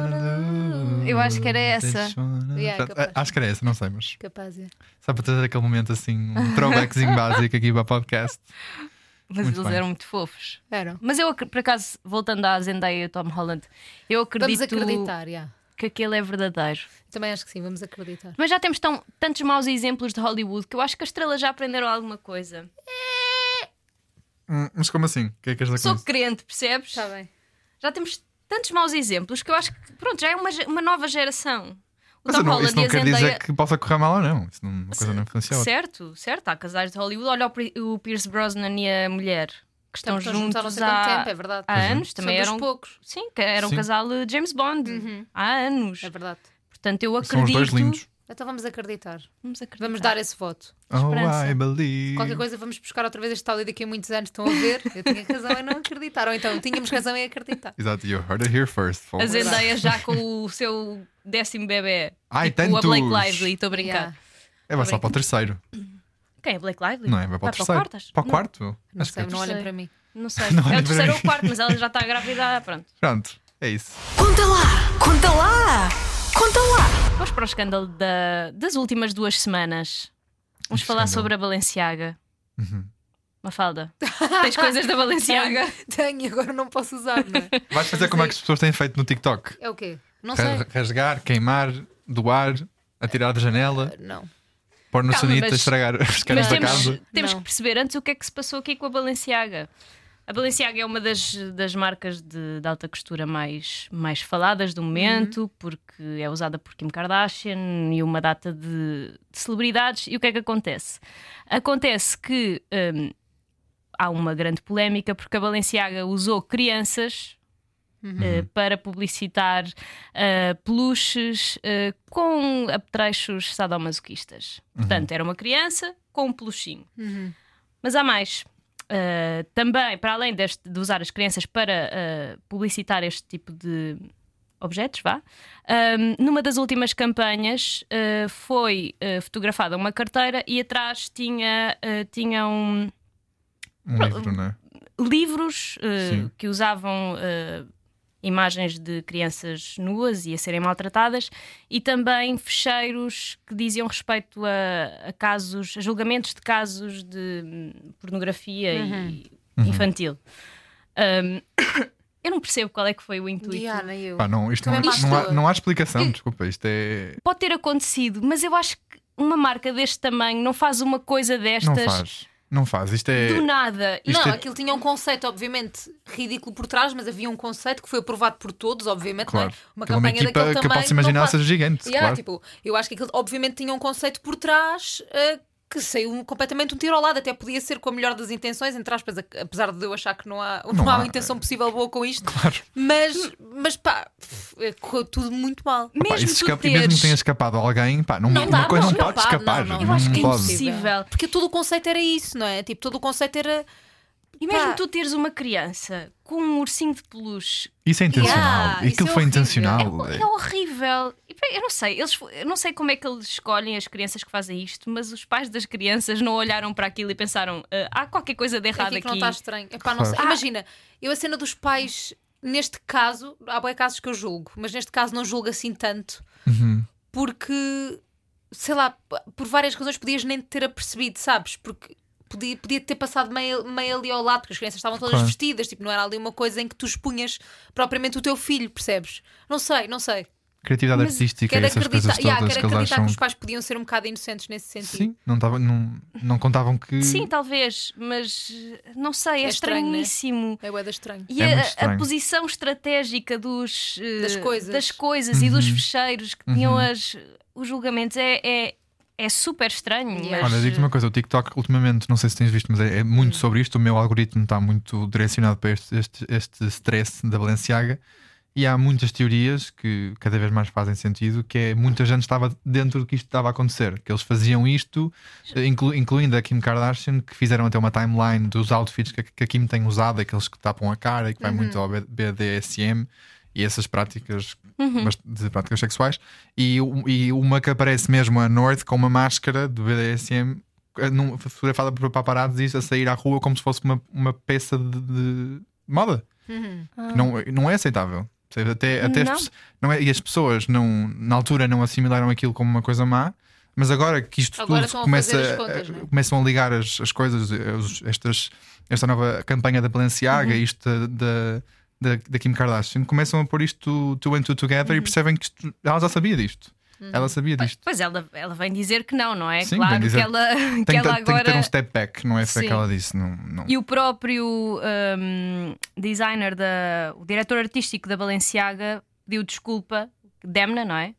Speaker 6: gonna lose?
Speaker 5: Eu acho que era essa.
Speaker 6: This one-
Speaker 1: Yeah, é capaz.
Speaker 6: acho que era essa, não sei, mas
Speaker 1: Capaz, é.
Speaker 6: só para trazer aquele momento assim, um throwbackzinho básico aqui para o podcast.
Speaker 5: Mas
Speaker 6: muito
Speaker 5: eles
Speaker 6: bem.
Speaker 5: eram muito fofos.
Speaker 1: Eram.
Speaker 5: Mas eu, acre- por acaso, voltando à Zendaya e ao Tom Holland, eu
Speaker 1: Vamos
Speaker 5: acredito
Speaker 1: acreditar, yeah.
Speaker 5: que aquele é verdadeiro.
Speaker 1: Também acho que sim, vamos acreditar.
Speaker 5: Mas já temos tão, tantos maus exemplos de Hollywood que eu acho que as estrelas já aprenderam alguma coisa.
Speaker 6: Hum, Mas como assim? O que é que és da
Speaker 5: Sou
Speaker 6: coisa?
Speaker 5: crente, percebes?
Speaker 1: Está Tá bem.
Speaker 5: Já temos tantos maus exemplos que eu acho que, pronto, já é uma, ge- uma nova geração. O
Speaker 6: Mas eu não, isso não
Speaker 5: e a
Speaker 6: quer dizer que possa correr mal ou não. Isso não, uma coisa não influencia a outra.
Speaker 5: Certo, certo. Há casais de Hollywood. Olha o Pri- o Pierce Brosnan e a mulher que estão
Speaker 1: Estamos juntos há não
Speaker 5: juntos
Speaker 1: sei quanto
Speaker 5: há,
Speaker 1: tempo, é verdade.
Speaker 5: há anos. Também
Speaker 1: São
Speaker 5: eram
Speaker 1: dos poucos.
Speaker 5: Sim, que era um
Speaker 6: Sim.
Speaker 5: casal de James Bond há anos.
Speaker 1: É verdade.
Speaker 5: Portanto, eu
Speaker 6: São
Speaker 5: acredito.
Speaker 6: os dois lindos.
Speaker 1: Então vamos acreditar.
Speaker 5: Vamos acreditar.
Speaker 6: Ah.
Speaker 1: Vamos dar esse voto.
Speaker 6: Oh,
Speaker 5: Esperança.
Speaker 6: I believe.
Speaker 1: Qualquer coisa, vamos buscar outra vez este áudio daqui a muitos anos. Estão a ver? Eu tinha razão em não acreditar. Ou então, tínhamos razão em acreditar.
Speaker 6: Exato, you heard it here first.
Speaker 5: a
Speaker 6: folks.
Speaker 5: Zendaya já com o seu décimo bebê.
Speaker 6: Ai,
Speaker 5: o
Speaker 6: tantos.
Speaker 5: Blake Lively, estou a brincar.
Speaker 1: Yeah.
Speaker 6: É, vai só para o terceiro.
Speaker 5: Quem é Blake Lively?
Speaker 6: Não é? Vai para o terceiro.
Speaker 5: quarto, acho.
Speaker 6: Para o
Speaker 5: Não,
Speaker 6: quarto?
Speaker 1: Não
Speaker 6: Acho que
Speaker 1: sei,
Speaker 6: é o
Speaker 1: não olhem
Speaker 5: sei.
Speaker 1: para mim.
Speaker 5: Não sei.
Speaker 6: Não
Speaker 5: é
Speaker 6: olhem
Speaker 5: o
Speaker 6: para
Speaker 5: terceiro
Speaker 6: mim.
Speaker 5: ou o quarto, mas ela já está grávida. Pronto.
Speaker 6: Pronto, é isso.
Speaker 3: Conta lá, conta lá, conta lá.
Speaker 5: Vamos para o escândalo da- das últimas duas semanas. Vamos
Speaker 6: Que
Speaker 5: falar
Speaker 6: escândalo.
Speaker 5: sobre a Balenciaga.
Speaker 6: Uhum.
Speaker 5: Mafalda. Tens coisas da Balenciaga?
Speaker 1: Tenho, agora não posso usar, não é?
Speaker 6: Vais fazer como é que as pessoas têm feito no TikTok?
Speaker 1: É o quê? Não sei.
Speaker 6: Ra- Rasgar, queimar, doar, atirar da janela,
Speaker 1: Não.
Speaker 6: pôr no
Speaker 5: Calma,
Speaker 6: sanita,
Speaker 5: mas-
Speaker 6: estragar os caras
Speaker 5: Mas
Speaker 6: da
Speaker 5: temos,
Speaker 6: casa.
Speaker 5: temos
Speaker 1: Não.
Speaker 5: que perceber antes o que é que se passou aqui com a Balenciaga. A Balenciaga é uma das, das marcas de, de alta costura mais, mais faladas do momento, porque é usada por Kim Kardashian e uma data de, de celebridades. E o que é que acontece? Acontece que hum, há uma grande polémica porque a Balenciaga usou crianças eh, para publicitar eh, peluches eh, com apetrechos sadomasoquistas. Portanto, era uma criança com um peluchinho. Mas há mais. Eh, também, para além deste- de usar as crianças para eh, publicitar este tipo de objetos, vá, ahm, numa das últimas campanhas eh, foi eh, fotografada uma carteira e atrás tinha, eh, tinha um
Speaker 6: Um livro, não é?
Speaker 5: livros eh,
Speaker 6: Sim.
Speaker 5: que usavam eh, imagens de crianças nuas e a serem maltratadas e também fecheiros que diziam respeito a, a casos, a julgamentos de casos de hum, pornografia e
Speaker 6: Uhum.
Speaker 5: infantil. Ahm, eu não percebo qual é que foi o intuito.
Speaker 1: Diana, eu.
Speaker 6: Pá, não, isto não,
Speaker 1: Também
Speaker 6: não há,
Speaker 1: basta-
Speaker 6: não há explicação, desculpa. Isto é.
Speaker 5: Pode ter acontecido, mas eu acho que uma marca deste tamanho não faz uma coisa
Speaker 6: Não
Speaker 1: é
Speaker 5: destas
Speaker 6: faz. Não faz. Isto é.
Speaker 5: do nada. E
Speaker 6: Isto
Speaker 1: não,
Speaker 6: é-
Speaker 1: aquilo tinha um conceito, obviamente, ridículo por trás, mas havia um conceito que foi aprovado por todos, obviamente,
Speaker 6: Claro.
Speaker 1: não é? Uma
Speaker 6: Aquilo é uma
Speaker 1: campanha
Speaker 6: equipa
Speaker 1: daquele
Speaker 6: que eu
Speaker 1: tamanho,
Speaker 6: posso imaginar
Speaker 1: não
Speaker 6: seja gigante,
Speaker 1: Yeah,
Speaker 6: claro.
Speaker 1: tipo, eu acho que aquilo, obviamente, tinha um conceito por trás ah, que saiu um- completamente um tiro ao lado. Até podia ser com a melhor das intenções, entre aspas, a- apesar de eu achar que não há, não
Speaker 6: Não
Speaker 1: há,
Speaker 6: há, eh,
Speaker 1: uma intenção possível boa com isto. Mas, mas pá, pff, eh, correu tudo muito mal.
Speaker 6: Opa,
Speaker 5: mesmo
Speaker 6: isso
Speaker 5: tu
Speaker 6: escapa- e mesmo que
Speaker 5: teres-
Speaker 6: tenha escapado a alguém, pá, não,
Speaker 1: Não
Speaker 6: uma
Speaker 1: dá
Speaker 6: coisa
Speaker 1: para
Speaker 6: não pode
Speaker 1: escapar,
Speaker 6: escapar.
Speaker 1: não, não.
Speaker 5: Eu acho que é
Speaker 6: pode.
Speaker 5: impossível. Possível.
Speaker 1: Porque todo o conceito era isso, não é? Tipo, todo o conceito era.
Speaker 5: E mesmo
Speaker 1: Pá.
Speaker 5: tu teres uma criança com um ursinho de peluche
Speaker 6: Isso é intencional.
Speaker 1: Yeah,
Speaker 6: e
Speaker 1: isso
Speaker 6: Aquilo
Speaker 1: é
Speaker 6: foi
Speaker 1: horrível.
Speaker 6: intencional.
Speaker 5: É, é horrível. E, pá, Eu não sei, eles, fo- eu não sei como é que eles escolhem as crianças que fazem isto, mas os pais das crianças não olharam para aquilo e pensaram: "Ah, há qualquer coisa de errado
Speaker 1: aqui que não
Speaker 5: aqui.
Speaker 1: está estranho. Epá, não
Speaker 6: Claro.
Speaker 1: sei. Imagina, eu a cena dos pais, neste caso, há bem casos que eu julgo, mas neste caso não julgo assim tanto,
Speaker 6: Uhum.
Speaker 1: porque, sei lá, p- por várias razões podias nem te ter apercebido, sabes? Porque podia, podia ter passado meio, meio ali ao lado, porque as crianças estavam todas
Speaker 6: Claro.
Speaker 1: vestidas, tipo, não era ali uma coisa em que tu expunhas propriamente o teu filho, percebes? Não sei, não sei.
Speaker 6: Criatividade artística e
Speaker 1: quero
Speaker 6: essas coisas
Speaker 1: acreditar, yeah,
Speaker 6: todas que
Speaker 1: quero
Speaker 6: eles
Speaker 1: acreditar que
Speaker 6: acham.
Speaker 1: os pais podiam ser um bocado inocentes nesse sentido.
Speaker 6: Sim, não, tava, não, não contavam que.
Speaker 5: Sim, talvez, mas não sei, é,
Speaker 1: É estranho, né?
Speaker 5: estranhíssimo.
Speaker 1: É bué da estranho.
Speaker 5: E
Speaker 6: É
Speaker 5: a-
Speaker 6: muito
Speaker 5: a,
Speaker 6: estranho.
Speaker 5: posição estratégica dos, eh,
Speaker 1: Das coisas.
Speaker 5: das coisas e dos fecheiros que tinham
Speaker 6: Uhum.
Speaker 5: as, os julgamentos é, é, é super estranho.
Speaker 1: Yeah.
Speaker 5: Mas,
Speaker 6: Olha, digo-te uma coisa, o TikTok ultimamente, não sei se tens visto, mas é, é muito sobre isto. O meu algoritmo está muito direcionado para este, este, este stress da Balenciaga e há muitas teorias que cada vez mais fazem sentido, que é muita gente estava dentro do que isto estava a acontecer, que eles faziam isto, eh, inclu- incluindo a Kim Kardashian, que fizeram até uma timeline dos outfits que, a- que a Kim tem usado, aqueles que tapam a cara e que vai muito ao B- BDSM e essas práticas bast- de práticas sexuais e, um- e uma que aparece mesmo a North com uma máscara do BDSM eh, num- fotografada por paparazzis a sair à rua como se fosse uma, uma peça de, de moda
Speaker 1: Uhum.
Speaker 6: Que não, não é aceitável Percebe? até, até as
Speaker 5: Não.
Speaker 6: pe- não é- e as pessoas não, na altura não assimilaram aquilo como uma coisa má mas agora que isto
Speaker 1: Agora
Speaker 6: tudo
Speaker 1: estão a
Speaker 6: começa
Speaker 1: fazer as contas, não é?
Speaker 6: começam a ligar as, as coisas, eh, os- estas, esta nova campanha da
Speaker 1: Uhum.
Speaker 6: Balenciaga, isto da, da, da Kim Kardashian, começam a pôr isto two and two together e
Speaker 1: Uhum.
Speaker 6: percebem que isto- ela já sabia disto. Ela sabia disto.
Speaker 5: pois ela, ela vem dizer que não, não é?
Speaker 6: Sim,
Speaker 5: claro
Speaker 6: vem dizer-
Speaker 5: que ela,
Speaker 6: Tem
Speaker 5: que
Speaker 6: que, ter-
Speaker 5: ela
Speaker 6: tem que ter
Speaker 5: agora.
Speaker 6: um step back, não é? Foi o que
Speaker 5: Sim.
Speaker 6: ela disse. Não, não.
Speaker 5: E o próprio hum, designer, da, o diretor artístico da Balenciaga pediu desculpa, Demna, não é?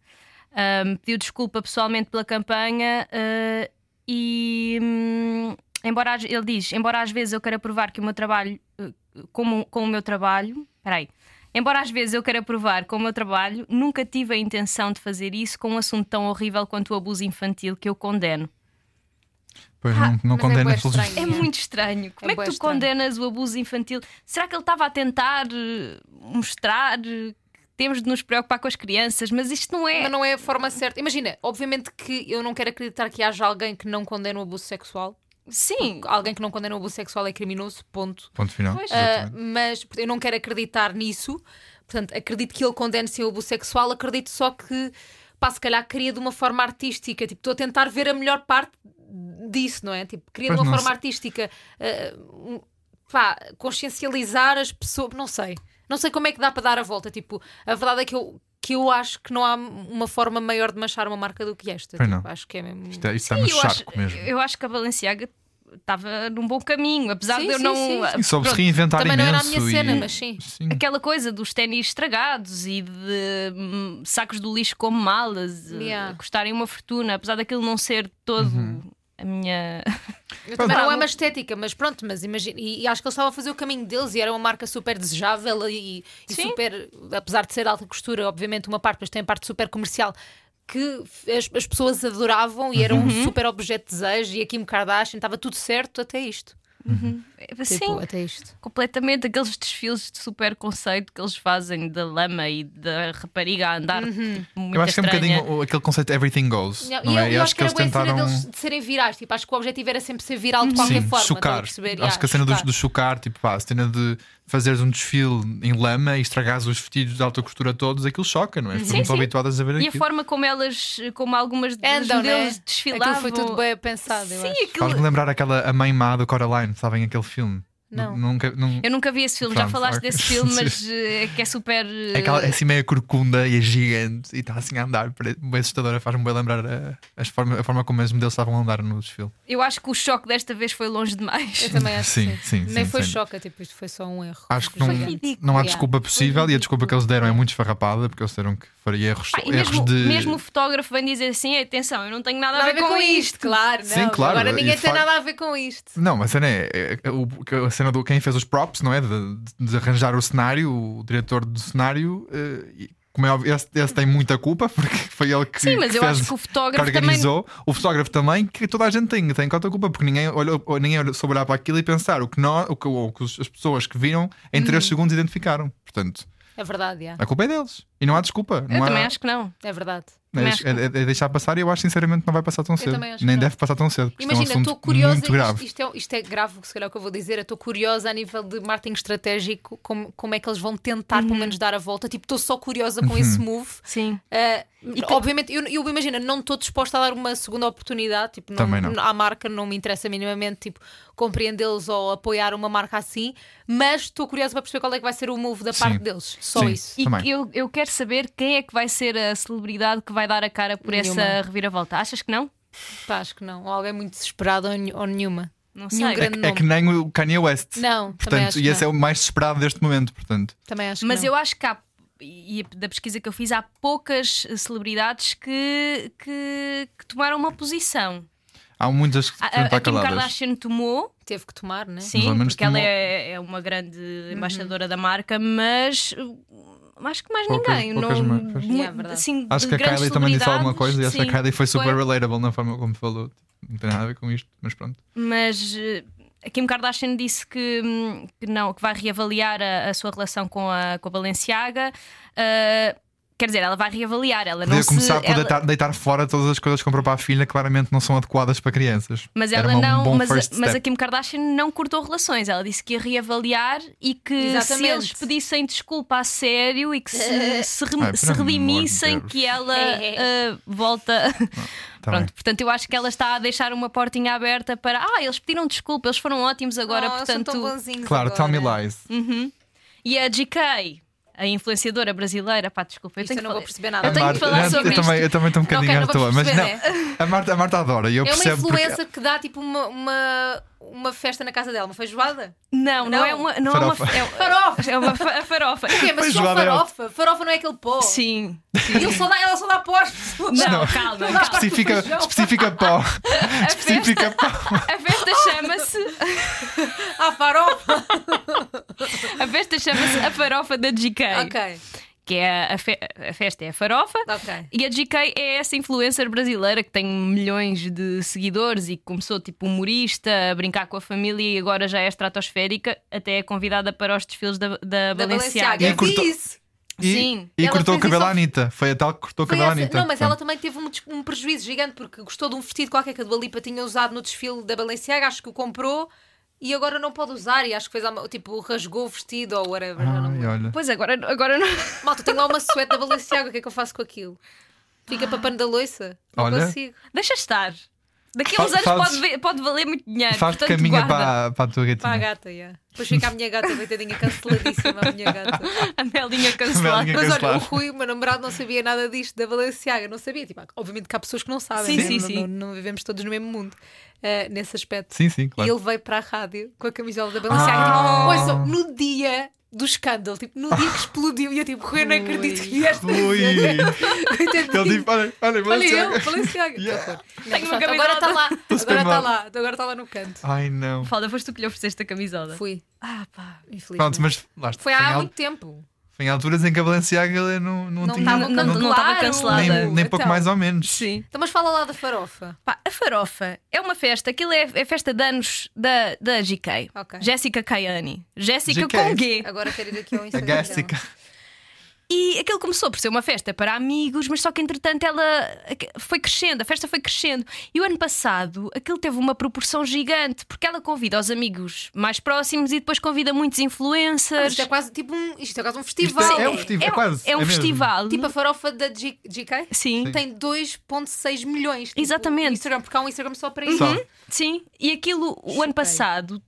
Speaker 5: Hum, pediu desculpa pessoalmente pela campanha eh, e hum, embora às- ele diz, embora às vezes eu queira provar que o meu trabalho, eh, como, com o meu trabalho, peraí, embora às vezes eu queira provar com o meu trabalho, nunca tive a intenção de fazer isso com um assunto tão horrível quanto o abuso infantil que eu condeno.
Speaker 6: Pois não, não
Speaker 1: mas é
Speaker 6: condena
Speaker 1: bué
Speaker 6: absolutamente.
Speaker 1: estranho.
Speaker 5: É muito estranho. Como é,
Speaker 1: bué
Speaker 5: que tu
Speaker 1: estranho.
Speaker 5: condenas o abuso infantil? Será que ele estava a tentar eh, mostrar eh, que temos de nos preocupar com as crianças? Mas isto não é.
Speaker 1: Mas não é a forma certa. Imagina, obviamente que eu não quero acreditar que haja alguém que não condena o abuso sexual.
Speaker 5: Sim.
Speaker 1: Alguém que não condena o abuso sexual é criminoso, ponto.
Speaker 6: Ponto final.
Speaker 1: Ah,
Speaker 6: Exatamente.
Speaker 1: mas portanto, eu não quero acreditar nisso. Portanto, acredito que ele condene sim o abuso sexual, acredito só que, pá, se calhar queria de uma forma artística. Tipo, estou a tentar ver a melhor parte disso, não é? Tipo, queria
Speaker 6: Pois
Speaker 1: de uma
Speaker 6: não
Speaker 1: forma
Speaker 6: sei.
Speaker 1: artística, ah, um, pá, consciencializar as pessoas. Não sei. Não sei como é que dá para dar a volta. Tipo, a verdade é que eu. Que eu acho que não há uma forma maior de manchar uma marca do que esta.
Speaker 6: Pois
Speaker 1: Tipo,
Speaker 6: não.
Speaker 1: acho que é mesmo.
Speaker 6: Isto, é- isto está
Speaker 5: E
Speaker 6: no
Speaker 5: eu, acho,
Speaker 6: charco mesmo.
Speaker 5: eu acho que a Balenciaga estava num bom caminho, apesar
Speaker 1: Sim,
Speaker 5: de eu
Speaker 1: sim,
Speaker 5: não.
Speaker 1: sim.
Speaker 5: ah,
Speaker 6: E soube-se
Speaker 5: pronto,
Speaker 6: reinventar
Speaker 1: Também não
Speaker 6: imenso.
Speaker 1: era a minha cena,
Speaker 6: e-
Speaker 1: mas sim. É
Speaker 6: Sim.
Speaker 5: Aquela coisa dos ténis estragados e de hum, sacos do lixo como malas eh,
Speaker 1: Yeah.
Speaker 5: custarem uma fortuna, apesar daquilo não ser todo
Speaker 6: Uhum.
Speaker 5: a minha.
Speaker 1: Eu também não é uma estética, mas pronto, mas imagina. E, e acho que eles estavam a fazer o caminho deles e era uma marca super desejável e, e
Speaker 5: Sim.
Speaker 1: super. Apesar de ser alta costura, obviamente, uma parte, mas tem a parte super comercial que as, as pessoas adoravam e era um super objeto de desejo. E a Kim Kardashian estava tudo certo até isto.
Speaker 5: Sim.
Speaker 1: Tipo, até isto.
Speaker 5: completamente aqueles desfiles de super conceito que eles fazem da lama e da rapariga a
Speaker 1: Uhum.
Speaker 5: andar tipo, muito
Speaker 6: Eu acho que é um
Speaker 5: estranha.
Speaker 6: bocadinho o- aquele conceito everything goes.
Speaker 1: E eu,
Speaker 6: não é?
Speaker 1: eu acho que era
Speaker 6: eles
Speaker 1: boa a cena
Speaker 6: tentaram.
Speaker 1: deles de serem virais. Tipo, acho que o objetivo era sempre ser viral de qualquer forma. estás a
Speaker 6: chocar.
Speaker 1: perceber?
Speaker 6: Acho
Speaker 1: Yeah,
Speaker 6: que a cena do,
Speaker 1: chocar.
Speaker 6: do chocar, tipo, pá, a cena de fazeres um desfile em lama e estragares os vestidos de alta costura todos, aquilo choca, não é? As
Speaker 1: Uhum.
Speaker 6: pessoas
Speaker 5: Sim,
Speaker 6: não estão
Speaker 5: sim.
Speaker 6: habituadas a ver
Speaker 5: E a
Speaker 6: aquilo.
Speaker 5: forma como elas, como algumas dos
Speaker 1: Andam, né?
Speaker 5: modelos desfilavam.
Speaker 1: Aquilo foi tudo bem pensado. eu
Speaker 5: Sim,
Speaker 1: acho.
Speaker 5: aquilo-
Speaker 6: Faz-me lembrar aquela A Mãe Má do Coraline, sabem aquele filme?
Speaker 1: Não.
Speaker 6: Nu- Nunca, É nun-
Speaker 5: Eu nunca vi esse filme, já
Speaker 6: Pronto,
Speaker 5: falaste
Speaker 6: ok.
Speaker 5: desse filme, mas eh, é que é super. eh,
Speaker 6: É aquela é assim meio corcunda e é gigante e está assim a andar, pare- bem assustadora, faz-me bem lembrar a, as forma, a forma como os modelos estavam a andar no desfile.
Speaker 5: Eu acho que o choque desta vez foi longe demais.
Speaker 1: Eu também acho
Speaker 6: Sim,
Speaker 1: que
Speaker 6: sim,
Speaker 1: Nem
Speaker 6: sim,
Speaker 1: foi
Speaker 6: sim.
Speaker 1: choca, tipo, isto foi só um erro.
Speaker 6: Acho que não,
Speaker 1: Gigante.
Speaker 6: não há
Speaker 1: Yeah.
Speaker 6: desculpa possível e a desculpa que eles deram é muito esfarrapada, porque eles disseram que faria erros,
Speaker 5: Pá, e
Speaker 6: erros
Speaker 5: mesmo,
Speaker 6: de.
Speaker 5: mesmo o fotógrafo vem dizer assim: "Ei, atenção, eu não tenho nada,
Speaker 1: Nada a ver com isto, claro.
Speaker 6: Sim,
Speaker 1: não.
Speaker 6: claro,
Speaker 1: Agora
Speaker 6: e
Speaker 1: ninguém
Speaker 6: de
Speaker 1: tem
Speaker 6: facto-
Speaker 1: nada a ver com isto.
Speaker 6: Não, mas a cena é, é- é o- que a cena do quem fez os props, não é? De, de- de arranjar o cenário, o diretor do cenário. eh, e, como é óbvio, esse, esse tem muita culpa, porque foi ele que.
Speaker 5: Sim, mas
Speaker 6: que
Speaker 5: eu
Speaker 6: fez,
Speaker 5: acho que o
Speaker 6: que
Speaker 5: fotógrafo também.
Speaker 6: organizou, o fotógrafo também, que toda a gente tem, tem conta culpa, porque ninguém olhou, ou ninguém olhou- soube olhar para aquilo e pensar o que, nós, o que, ou o que os- as pessoas que viram em
Speaker 5: Uhum.
Speaker 6: 3 segundos identificaram. Portanto,
Speaker 1: É verdade, é.
Speaker 6: a culpa é deles. E não há desculpa.
Speaker 5: Eu
Speaker 6: não há-
Speaker 5: também acho que não.
Speaker 1: É verdade.
Speaker 6: É,
Speaker 5: Também acho
Speaker 6: é- é deixar passar e eu acho sinceramente que não vai passar tão cedo.
Speaker 1: também acho que
Speaker 6: Nem
Speaker 1: não.
Speaker 6: deve passar tão cedo. porque isto
Speaker 1: Imagina,
Speaker 6: é um
Speaker 1: estou
Speaker 6: assunto
Speaker 1: curiosa,
Speaker 6: Muito
Speaker 1: isto-
Speaker 6: grave.
Speaker 1: Isto, é, isto é grave, se calhar o que eu vou dizer, eu estou curiosa a nível de marketing estratégico, como, como é que eles vão tentar pelo menos dar a volta. Tipo, estou só curiosa
Speaker 6: Uhum.
Speaker 1: com esse move.
Speaker 5: Sim.
Speaker 1: Ah, Obviamente, eu, eu imagino, não estou disposta a dar uma segunda oportunidade. Tipo, não,
Speaker 6: Também não.
Speaker 1: À marca não me interessa minimamente tipo, compreendê-los ou apoiar uma marca assim, mas estou curiosa para perceber qual é que vai ser o move da
Speaker 6: Sim.
Speaker 1: parte deles. Só
Speaker 6: Sim.
Speaker 1: isso.
Speaker 5: E
Speaker 6: Também.
Speaker 5: que eu, eu quero saber quem é que vai ser a celebridade que vai dar a cara por essa
Speaker 1: Nenhuma.
Speaker 5: reviravolta. Achas que não?
Speaker 1: Pá, acho que não. Ou alguém é muito desesperado ou, nenhu- ou nenhuma.
Speaker 5: Não
Speaker 1: Nenhum
Speaker 5: sei.
Speaker 6: É,
Speaker 1: grande
Speaker 6: que- é que nem o Kanye West.
Speaker 1: Não, também
Speaker 6: Portanto,
Speaker 1: acho
Speaker 6: e
Speaker 1: que
Speaker 6: esse é
Speaker 1: não.
Speaker 6: o mais desesperado deste momento, portanto.
Speaker 1: Também acho que
Speaker 5: Mas
Speaker 1: não.
Speaker 5: eu acho que há, e da pesquisa que eu fiz, há poucas eh, celebridades que, que, que tomaram uma posição.
Speaker 6: Há muitas que
Speaker 5: A,
Speaker 6: não
Speaker 5: Ah, a,
Speaker 6: está
Speaker 5: a Kim
Speaker 6: caladas.
Speaker 5: Kardashian tomou,
Speaker 1: Teve que tomar, né?
Speaker 6: Mas ao
Speaker 5: sim,
Speaker 6: menos
Speaker 5: porque ela
Speaker 6: tomou.
Speaker 5: é, é uma
Speaker 1: Uhum.
Speaker 5: grande embaixadora da marca, mas uh, acho que mais
Speaker 6: Poucas-
Speaker 5: ninguém.
Speaker 6: poucas
Speaker 5: não,
Speaker 6: marcas.
Speaker 5: mu-
Speaker 1: É verdade.
Speaker 5: assim,
Speaker 6: Acho
Speaker 5: de
Speaker 6: que a
Speaker 5: grandes
Speaker 6: Kylie também disse alguma coisa e acho que a
Speaker 5: celebridades,
Speaker 6: Kylie foi
Speaker 5: sim,
Speaker 6: super relatable na forma como falou. Não tem nada a ver com isto, mas pronto.
Speaker 5: Mas eh, a Kim Kardashian disse que, hum, que não, que vai reavaliar a, a sua relação com a, com a Balenciaga. Ah, quer dizer, ela vai reavaliar. Ela não
Speaker 6: Podia
Speaker 5: se-
Speaker 6: começar por
Speaker 5: ela-
Speaker 6: deitar, deitar fora todas as coisas que comprou para a filha, claramente não são adequadas para crianças.
Speaker 5: Mas
Speaker 6: Era uma-
Speaker 5: ela
Speaker 6: um
Speaker 5: não,
Speaker 6: bom
Speaker 5: mas, a-
Speaker 6: first
Speaker 5: mas a
Speaker 6: step.
Speaker 5: Kim Kardashian não cortou relações. Ela disse que ia reavaliar e que se
Speaker 1: Exatamente.
Speaker 5: eles pedissem desculpa a sério e que se, se, re-
Speaker 6: Ai, pelo
Speaker 5: se
Speaker 6: amor de
Speaker 5: redimissem,
Speaker 6: Deus.
Speaker 5: que ela
Speaker 1: É.
Speaker 5: ah, volta.
Speaker 6: Tá bem.
Speaker 5: Pronto, portanto, eu acho que ela está a deixar uma portinha aberta para. Ah, eles pediram desculpa, eles foram ótimos agora,
Speaker 1: Oh, eles são
Speaker 5: portanto.
Speaker 1: tão bonzinhos
Speaker 6: Claro,
Speaker 1: agora. né?
Speaker 6: tell me lies.
Speaker 5: E a GK, a influenciadora brasileira, pá, desculpa, eu
Speaker 1: Isto
Speaker 5: tenho
Speaker 1: eu
Speaker 5: que
Speaker 1: não vou
Speaker 5: falar-
Speaker 1: perceber nada.
Speaker 5: Eu tenho
Speaker 6: A
Speaker 5: que
Speaker 6: Marta-
Speaker 5: falar sobre
Speaker 6: eu,
Speaker 5: isto.
Speaker 6: também, eu também estou um bocadinho
Speaker 1: Ok, não
Speaker 6: à toa,
Speaker 1: vamos
Speaker 6: mas não.
Speaker 5: né?
Speaker 1: perceber,
Speaker 6: A Marta, a Marta adora, e eu
Speaker 1: É uma
Speaker 6: percebo porque.
Speaker 1: influencer que dá tipo uma, uma, uma festa na casa dela, uma feijoada.
Speaker 5: Não, não,
Speaker 1: Não.
Speaker 5: é uma. Não é uma
Speaker 6: Farofa.
Speaker 5: é,
Speaker 1: Farofa!
Speaker 5: é uma fa- farofa.
Speaker 1: É, mas só
Speaker 6: Feijoada é
Speaker 1: farofa. Farofa não é aquele pó.
Speaker 5: Sim.
Speaker 1: E ele só dá, ela só dá pós.
Speaker 5: Não,
Speaker 1: Não.
Speaker 5: calma. calma.
Speaker 6: Especifica,
Speaker 1: Feijão.
Speaker 6: especifica pó. especifica pó.
Speaker 5: A festa chama-se.
Speaker 1: Há farofa.
Speaker 5: A festa chama-se A Farofa da GK.
Speaker 1: ok,
Speaker 5: Que é a, fe- a festa é a farofa.
Speaker 1: ok.
Speaker 5: E a GK é essa influencer brasileira que tem milhões de seguidores e que começou tipo humorista, a brincar com a família e agora já é estratosférica, até é convidada para os desfiles da,
Speaker 1: Da
Speaker 5: da,
Speaker 1: Balenciaga.
Speaker 5: Balenciaga.
Speaker 1: Eu
Speaker 6: E cortou-
Speaker 1: fiz.
Speaker 6: E,
Speaker 5: Sim.
Speaker 6: e
Speaker 1: Ela
Speaker 6: cortou o
Speaker 1: fez
Speaker 6: cabelo
Speaker 1: isso
Speaker 6: à
Speaker 1: ao-
Speaker 6: Anitta. Foi a tal que cortou o
Speaker 1: Foi
Speaker 6: cabelo à
Speaker 1: essa-
Speaker 6: Anitta.
Speaker 1: Não, mas ela
Speaker 6: Pronto.
Speaker 1: também teve um, des- um prejuízo gigante porque gostou de um vestido qualquer que a Dua Lipa tinha usado no desfile da Balenciaga, acho que o comprou e agora não pode usar. E acho que fez alguma- tipo, rasgou o vestido ou whatever. já não me
Speaker 6: Ai,
Speaker 1: lembro.
Speaker 6: olha.
Speaker 5: Pois agora, agora não.
Speaker 1: Malta, tenho lá uma suéte da Balenciaga, o que é que eu faço com aquilo? Fica para pano da loiça? Não
Speaker 6: Olha.
Speaker 1: consigo.
Speaker 5: Deixa estar. Daqui a uns
Speaker 6: Fa-
Speaker 5: anos
Speaker 6: fazes-
Speaker 5: pode, ver- pode valer muito dinheiro.
Speaker 6: Faz de
Speaker 5: portanto,
Speaker 6: caminho
Speaker 5: guarda.
Speaker 6: para, para a tua
Speaker 1: Para a
Speaker 6: gatinha.
Speaker 1: gata, yeah. Depois fica a minha gata, coitadinha, canceladíssima a minha gata.
Speaker 5: A Melinha cancelada.
Speaker 6: Melinha
Speaker 1: Mas olha, o
Speaker 6: Cancelado.
Speaker 1: Rui, o meu namorado, não sabia nada disto da Balenciaga, não sabia. Tipo, obviamente que há pessoas que não sabem,
Speaker 5: Sim,
Speaker 1: né?
Speaker 5: sim,
Speaker 1: não,
Speaker 5: sim.
Speaker 1: Não, não vivemos todos no mesmo mundo eh, nesse aspecto.
Speaker 6: Sim, sim,
Speaker 1: E
Speaker 6: claro.
Speaker 1: ele veio para a rádio com a camisola da Balenciaga.
Speaker 6: Ah.
Speaker 1: Tipo, ouçam, no dia do escândalo, tipo, no dia que explodiu, e eu tipo, Rui, eu não acredito que vieste.
Speaker 6: Ui.
Speaker 1: Coitadinho.
Speaker 6: Ele tipo, olha, olha,
Speaker 1: Olha
Speaker 6: Balenciaga.
Speaker 1: eu, Balenciaga.
Speaker 6: Yeah.
Speaker 1: Não,
Speaker 5: Tenho
Speaker 1: mas
Speaker 5: uma
Speaker 1: pronto, agora
Speaker 5: camisola.
Speaker 1: está lá,
Speaker 6: super
Speaker 1: agora está
Speaker 6: mal.
Speaker 1: lá, agora está lá no canto.
Speaker 6: Ai não.
Speaker 5: Falda, foste tu que lhe ofereceste a camisola.
Speaker 1: Fui,
Speaker 5: Ah, pá.
Speaker 1: infelizmente.
Speaker 6: Pronto, mas lá está.
Speaker 1: Foi
Speaker 6: Foi,
Speaker 1: há
Speaker 6: al-
Speaker 1: muito tempo.
Speaker 6: foi em alturas em que a Balenciaga é não, não,
Speaker 1: Não
Speaker 6: tinha.
Speaker 1: estava
Speaker 5: não- tá não estava
Speaker 1: claro.
Speaker 5: cancelada.
Speaker 6: nem,
Speaker 5: cancelado.
Speaker 6: nem pouco
Speaker 1: Então.
Speaker 6: mais ou menos.
Speaker 5: Sim.
Speaker 1: Então, mas fala lá da farofa.
Speaker 5: Pá, a farofa é uma festa, aquilo é é a festa de anos da, da GK.
Speaker 1: Ok.
Speaker 5: Jéssica Caiani. Jéssica
Speaker 6: GK.
Speaker 5: com G.
Speaker 1: Agora quero ir aqui ao
Speaker 6: A
Speaker 1: Instagram. dela.
Speaker 6: Gássica.
Speaker 5: E aquilo começou por ser uma festa para amigos, mas só que entretanto ela foi crescendo, a festa foi crescendo. E o ano passado aquilo teve uma proporção gigante, porque ela convida os amigos mais próximos e depois convida muitos
Speaker 1: Mas
Speaker 5: influencers.
Speaker 1: Isto é quase tipo um, isto é quase um
Speaker 6: Isto
Speaker 1: festival.
Speaker 6: é um festival,
Speaker 5: É um-
Speaker 6: quase.
Speaker 5: é um
Speaker 6: mesmo.
Speaker 5: festival.
Speaker 1: Tipo a farofa da G- GK?
Speaker 5: Sim.
Speaker 1: Tem 2,6 milhões. Tipo,
Speaker 5: Exatamente.
Speaker 1: o Instagram, porque há um Instagram só
Speaker 5: Uhum.
Speaker 1: para isso.
Speaker 6: Só.
Speaker 5: Sim, e aquilo o ano passado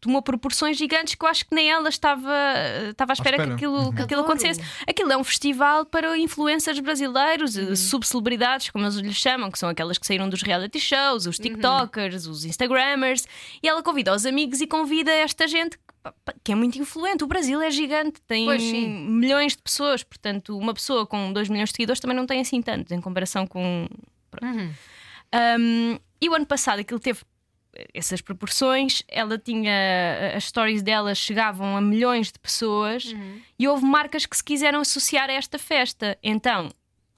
Speaker 5: tomou proporções gigantes que eu acho que nem ela estava, eh, estava à espera,
Speaker 6: espera.
Speaker 5: que aquilo, que aquilo
Speaker 1: Uhum. Adoro.
Speaker 5: acontecesse. Aquilo é um festival para influencers brasileiros,
Speaker 1: Uhum.
Speaker 5: eh, subcelebridades, como eles lhes chamam, que são aquelas que saíram dos reality shows,
Speaker 1: Uhum.
Speaker 5: os TikTokers, os Instagrammers, e ela convida os amigos e convida esta gente. que, pá, pá, Que é muito influente, o Brasil é gigante, tem
Speaker 1: Pois, sim.
Speaker 5: milhões de pessoas, portanto, uma pessoa com 2 milhões de seguidores também não tem assim tantos em comparação com
Speaker 1: Uhum.
Speaker 5: um, e o ano passado aquilo teve essas proporções, ela tinha as stories dela chegavam a milhões de pessoas
Speaker 1: Uhum.
Speaker 5: e houve marcas que se quiseram associar a esta festa. Então,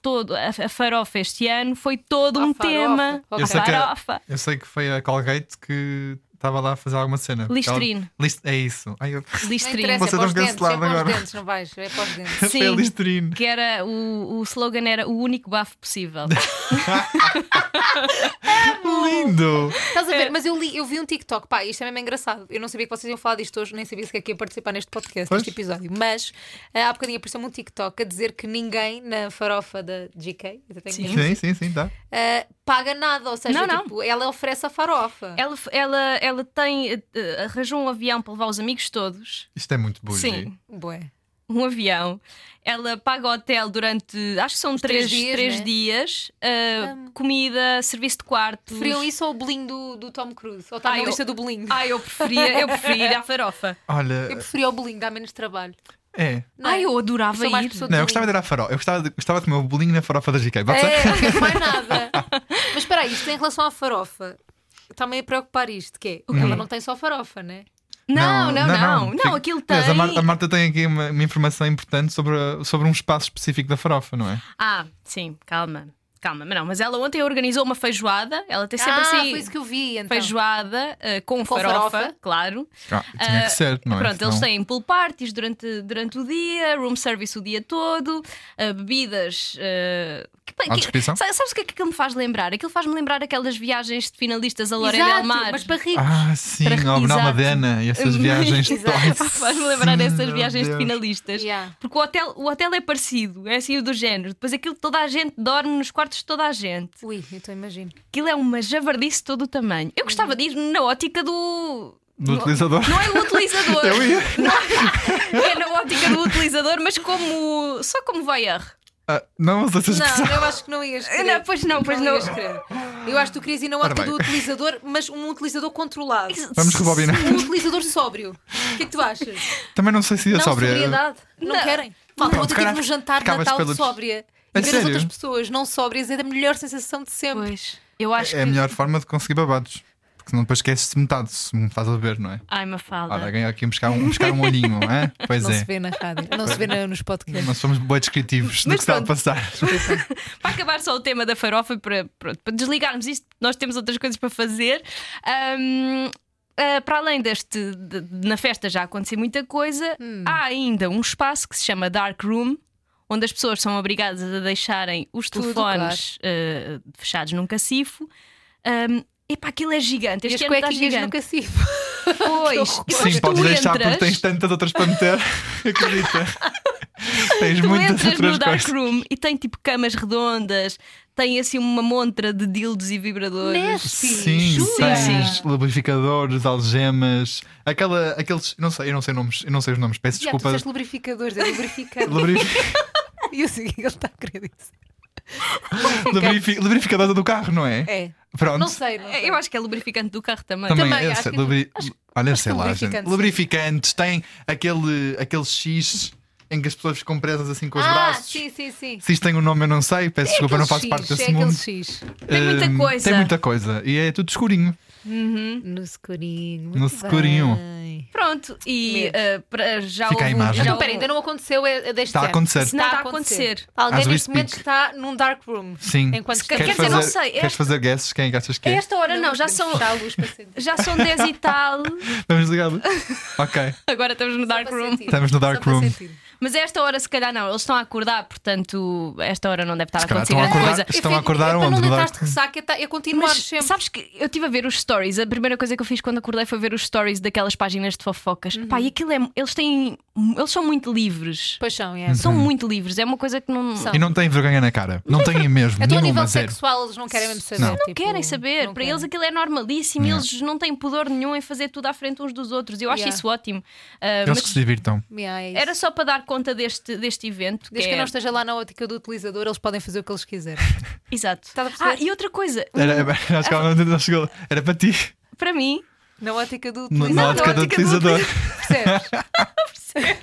Speaker 5: todo a, a farofa este ano foi todo
Speaker 1: Ah,
Speaker 5: um
Speaker 1: farofa.
Speaker 5: tema.
Speaker 1: Ok.
Speaker 6: Eu sei que-
Speaker 5: farofa.
Speaker 6: Eu sei que foi a Colgate que estava lá a fazer alguma cena. Porque ela-
Speaker 5: Listerine.
Speaker 6: Lis- É isso. Ai, eu...
Speaker 1: Não
Speaker 5: Listerine.
Speaker 1: interessa,
Speaker 6: Vocês
Speaker 1: é para os
Speaker 6: estão
Speaker 1: dentes, é para
Speaker 6: cancelado
Speaker 1: os
Speaker 6: agora.
Speaker 1: dentes, não vais, é para os dentes.
Speaker 6: É
Speaker 5: Sim.
Speaker 6: Listerine.
Speaker 5: Que era o, o slogan era o único bafo possível. É
Speaker 6: Lindo!
Speaker 1: Estás a ver? Mas eu, li, eu vi um TikTok, pá, isto é mesmo engraçado. Eu não sabia que vocês iam falar disto hoje, nem sabia sequer que ia participar neste podcast,
Speaker 6: Pois.
Speaker 1: neste episódio. Mas ah, há bocadinho apareceu-me um TikTok a dizer que ninguém na farofa da GK, eu tenho que-
Speaker 6: Sim, sim, sim, tá.
Speaker 1: ah, paga nada. Ou seja,
Speaker 5: Não, não.
Speaker 1: tipo, ela oferece a farofa.
Speaker 5: ela, f- ela, ela tem. eh, eh, arranjou um avião para levar os amigos todos.
Speaker 6: Isto é muito bullying.
Speaker 5: Sim.
Speaker 1: Bué.
Speaker 5: um avião. Ela paga o hotel durante, acho que são três,
Speaker 1: três
Speaker 5: três,
Speaker 1: dias, né? Hum.
Speaker 5: dias, ah, comida, serviço de quarto.
Speaker 1: Preferiam isso ou o bolinho do, do Tom Cruise? Ou está
Speaker 5: Ah,
Speaker 1: na
Speaker 5: eu-
Speaker 1: lista do bolinho?
Speaker 5: Ah, eu preferia, eu preferia a farofa.
Speaker 6: Olha,
Speaker 1: Eu preferia o bolinho, dá menos trabalho.
Speaker 6: é.
Speaker 1: Não
Speaker 5: Ai,
Speaker 1: é?
Speaker 5: eu adorava
Speaker 1: sou mais
Speaker 5: ir.
Speaker 1: pessoa de
Speaker 6: Não, eu
Speaker 1: bolinho.
Speaker 6: gostava de ir à farofa. Eu gostava de, gostava de comer o bolinho na farofa da GK. Bota-
Speaker 1: É, não quero mais nada. Mas espera aí, isto é em relação à farofa, está-me a preocupar isto, que
Speaker 6: Hum.
Speaker 1: é, ela não tem só farofa, né?
Speaker 5: Não, não, não. Não,
Speaker 6: Fica-
Speaker 5: aquilo tem.
Speaker 6: Aliás, A Marta, a Marta tem aqui uma, uma informação importante sobre, a- sobre um espaço específico da farofa, não é?
Speaker 5: Ah, sim, calma. Calma, mas não, mas ela ontem organizou uma feijoada, ela tem sempre
Speaker 1: ah,
Speaker 5: assim
Speaker 1: foi isso que eu vi, então.
Speaker 5: feijoada ah, com,
Speaker 1: Com
Speaker 5: farofa,
Speaker 1: farofa.
Speaker 5: claro.
Speaker 6: Ah, tinha
Speaker 5: Ah,
Speaker 6: que ser, não é?
Speaker 5: Pronto, eles
Speaker 6: Senão-
Speaker 5: têm pool parties durante, durante o dia, room service o dia todo, ah, bebidas. ah, que,
Speaker 6: À descrição?
Speaker 5: sa- sabes o que é que aquilo me faz lembrar? Aquilo faz-me lembrar aquelas viagens de finalistas a Lorena
Speaker 1: Exato,
Speaker 5: del Mar.
Speaker 1: mas para ricos.
Speaker 6: Ah, sim,
Speaker 5: Para-
Speaker 6: ao
Speaker 5: Exato.
Speaker 6: Benalmadena e essas viagens.
Speaker 1: Exato.
Speaker 6: Ai,
Speaker 5: Faz-me lembrar
Speaker 6: sim,
Speaker 5: essas
Speaker 6: meu
Speaker 5: viagens de
Speaker 6: Deus.
Speaker 5: finalistas.
Speaker 1: Yeah.
Speaker 5: Porque o hotel, o hotel é parecido, é assim do género. Depois aquilo toda a gente dorme nos quartos de toda a gente.
Speaker 1: Ui, então eu estou a imaginar.
Speaker 5: Aquilo é uma javardice de todo o tamanho. Eu
Speaker 1: Uhum.
Speaker 5: gostava de ir na ótica do.
Speaker 6: Do utilizador.
Speaker 5: Não é o utilizador.
Speaker 6: Eu ia.
Speaker 5: É na ótica do utilizador, mas como. só como voyeur.
Speaker 6: Ah, não usa essa expressão.
Speaker 1: Não, eu acho que não ias querer.
Speaker 5: Não, pois não, pois não.
Speaker 1: ias querer. Eu acho que tu querias ir na ótica
Speaker 6: Ora bem.
Speaker 1: do utilizador, mas um utilizador controlado.
Speaker 6: Vamos rebobinar.
Speaker 1: Um utilizador sóbrio. O que é que tu achas?
Speaker 6: Também não sei se ia
Speaker 1: Não,
Speaker 6: sobre.
Speaker 1: sobriedade. Não,
Speaker 5: Não.
Speaker 1: querem? Malta,
Speaker 6: Pronto,
Speaker 1: ontem tive
Speaker 6: caraca,
Speaker 1: num jantar de
Speaker 6: acabas
Speaker 1: Natal
Speaker 6: pelo-
Speaker 1: sóbria.
Speaker 6: A
Speaker 1: E ver as
Speaker 6: sério?
Speaker 1: outras pessoas não sóbrias é da melhor sensação de sempre.
Speaker 5: Pois. Eu acho
Speaker 6: É a
Speaker 5: que.
Speaker 6: melhor forma de conseguir babados. Porque senão depois esqueces-te metade se me estás a beber, não é?
Speaker 5: Ai, Mafalda.
Speaker 6: Olha, ganhei aqui buscar um, buscar um olhinho, é? Pois
Speaker 1: Não
Speaker 6: é.
Speaker 1: se vê na rádio, não se vê na- nos podcasts.
Speaker 6: Nós somos bem descritivos do
Speaker 5: Mas
Speaker 6: que está a
Speaker 5: pronto.
Speaker 6: passar.
Speaker 5: Para acabar só o tema da farofa, para, pronto, para desligarmos isto, nós temos outras coisas para fazer. Ahm, ah, para além deste, de- de- na festa já acontecer muita coisa,
Speaker 1: Hum.
Speaker 5: há ainda um espaço que se chama Dark Room, onde as pessoas são obrigadas a deixarem os
Speaker 1: Tudo,
Speaker 5: telefones ah, fechados num cacifo. Ahm, epá, aquilo é gigante.
Speaker 1: E as
Speaker 5: Este ano está
Speaker 1: cuequinhas
Speaker 5: gigante.
Speaker 1: no cacifo. é
Speaker 5: Pois, e depois
Speaker 6: Sim,
Speaker 5: tu
Speaker 6: podes deixar
Speaker 5: entras,
Speaker 6: porque tens tantas outras para meter. Acredita? tens
Speaker 5: tu
Speaker 6: muitas
Speaker 5: entras no
Speaker 6: outras
Speaker 5: Dark
Speaker 6: coisas.
Speaker 5: Room e tem tipo camas redondas, tem assim uma montra de dildos e vibradores.
Speaker 6: Sim, tens lubrificadores, algemas, aquela, aqueles. Não sei, eu não sei nomes, eu não sei os nomes, peço
Speaker 1: Já, tu
Speaker 6: desculpa.
Speaker 1: disseste lubrificadores, é lubrificante.
Speaker 6: Lubrifi-
Speaker 1: E eu sei o que ele está a querer dizer.
Speaker 6: lubrifi- Lubrificador do carro, não é?
Speaker 1: É,
Speaker 6: Pronto.
Speaker 1: não sei, não sei.
Speaker 5: Eu acho que é lubrificante do carro também.
Speaker 6: Também,
Speaker 1: Também,
Speaker 6: eu
Speaker 1: acho
Speaker 6: sei,
Speaker 1: que-
Speaker 6: lubri- Olha,
Speaker 1: acho
Speaker 6: sei
Speaker 1: que
Speaker 6: lá,
Speaker 1: lubrificante,
Speaker 6: gente.
Speaker 1: sim.
Speaker 6: Lubrificantes, tem aquele, aquele X em que as pessoas ficam presas assim com os
Speaker 1: ah,
Speaker 6: braços.
Speaker 1: sim, sim, sim.
Speaker 6: Se isto tem um nome, eu não sei, peço desculpa, não
Speaker 1: Aquele
Speaker 6: faço
Speaker 1: X,
Speaker 6: parte
Speaker 1: é
Speaker 6: desse
Speaker 1: aquele
Speaker 6: mundo.
Speaker 1: X
Speaker 5: Tem muita
Speaker 6: Hum,
Speaker 5: coisa.
Speaker 6: Tem muita coisa. E é tudo escurinho.
Speaker 1: no escurinho.
Speaker 6: No escurinho.
Speaker 5: Pronto, e
Speaker 1: Mesmo.
Speaker 5: ah, para- já
Speaker 6: Fica a
Speaker 5: houve-
Speaker 6: imagem.
Speaker 5: Já
Speaker 1: Então,
Speaker 5: houve-
Speaker 1: pera, ainda não aconteceu é- é deste
Speaker 6: Está Tá a
Speaker 1: ano.
Speaker 6: acontecer.
Speaker 5: Se não está a acontecer.
Speaker 1: Alguém
Speaker 6: As we
Speaker 1: neste momento
Speaker 6: speak.
Speaker 1: está num dark room.
Speaker 6: Sim.
Speaker 1: Enquanto quer,
Speaker 5: Quer- quer
Speaker 1: quer
Speaker 5: dizer, não sei, é-
Speaker 6: Queres fazer guesses? Quem é que achas que
Speaker 5: A
Speaker 6: é?
Speaker 5: esta hora não, já são,
Speaker 1: Está Tá a luz para ser-
Speaker 5: já são 10 e tal.
Speaker 6: Estamos ligados? ok.
Speaker 5: Agora estamos no Dark
Speaker 1: para
Speaker 5: Room.
Speaker 1: sentir.
Speaker 6: Estamos no dark
Speaker 1: Só para
Speaker 6: room.
Speaker 1: sentir.
Speaker 5: Mas a esta hora, se calhar, não. Eles estão a acordar, portanto, a esta hora não deve estar a
Speaker 6: Se calhar
Speaker 5: acontecer
Speaker 6: estão a
Speaker 5: grande
Speaker 6: acordar.
Speaker 5: coisa.
Speaker 6: Estão
Speaker 1: Eu
Speaker 6: a
Speaker 1: fico-
Speaker 6: acordar
Speaker 1: é
Speaker 6: onde?
Speaker 1: Para
Speaker 6: No
Speaker 1: não
Speaker 6: dark
Speaker 1: deitar de ressaca, é, tá- é continuar
Speaker 5: Mas
Speaker 1: sempre.
Speaker 5: sabes que eu estive a ver os stories. A primeira coisa que eu fiz quando acordei foi ver os stories daquelas páginas de fofocas.
Speaker 1: Uhum.
Speaker 5: Pá, e aquilo é. Eles têm. Eles são muito livres.
Speaker 1: Paixão,
Speaker 6: Hum.
Speaker 1: é.
Speaker 5: São
Speaker 6: Uhum.
Speaker 5: muito livres. É uma coisa que não.
Speaker 1: São.
Speaker 6: E não tem vergonha na cara. Não tem mesmo.
Speaker 1: Então, a nível
Speaker 6: Nenhuma, zero.
Speaker 1: sexual, eles não querem mesmo saber. Tipo,
Speaker 6: Não. Não
Speaker 5: Tipo, Não querem saber. Para eles aquilo é normalíssimo.
Speaker 6: Yeah.
Speaker 5: Eles não têm pudor nenhum em fazer tudo à frente uns dos outros. Eu acho
Speaker 1: Yeah.
Speaker 5: isso ótimo. Ah,
Speaker 6: Eles que se
Speaker 5: mas
Speaker 6: divirtam.
Speaker 1: Hum.
Speaker 5: era só para dar conta deste, deste evento.
Speaker 1: é Desde
Speaker 5: que
Speaker 1: que eu
Speaker 5: é-
Speaker 1: não esteja lá na ótica do utilizador, eles podem fazer o que eles quiserem.
Speaker 5: Exato.
Speaker 1: Estás a perceber?
Speaker 5: Ah, e outra coisa.
Speaker 6: Era, acho que ela não- não chegou. Era para ti.
Speaker 5: Para mim,
Speaker 1: Na ótica do
Speaker 6: Na-
Speaker 1: utilizador.
Speaker 6: na ótica do utilizador.
Speaker 1: Percebes?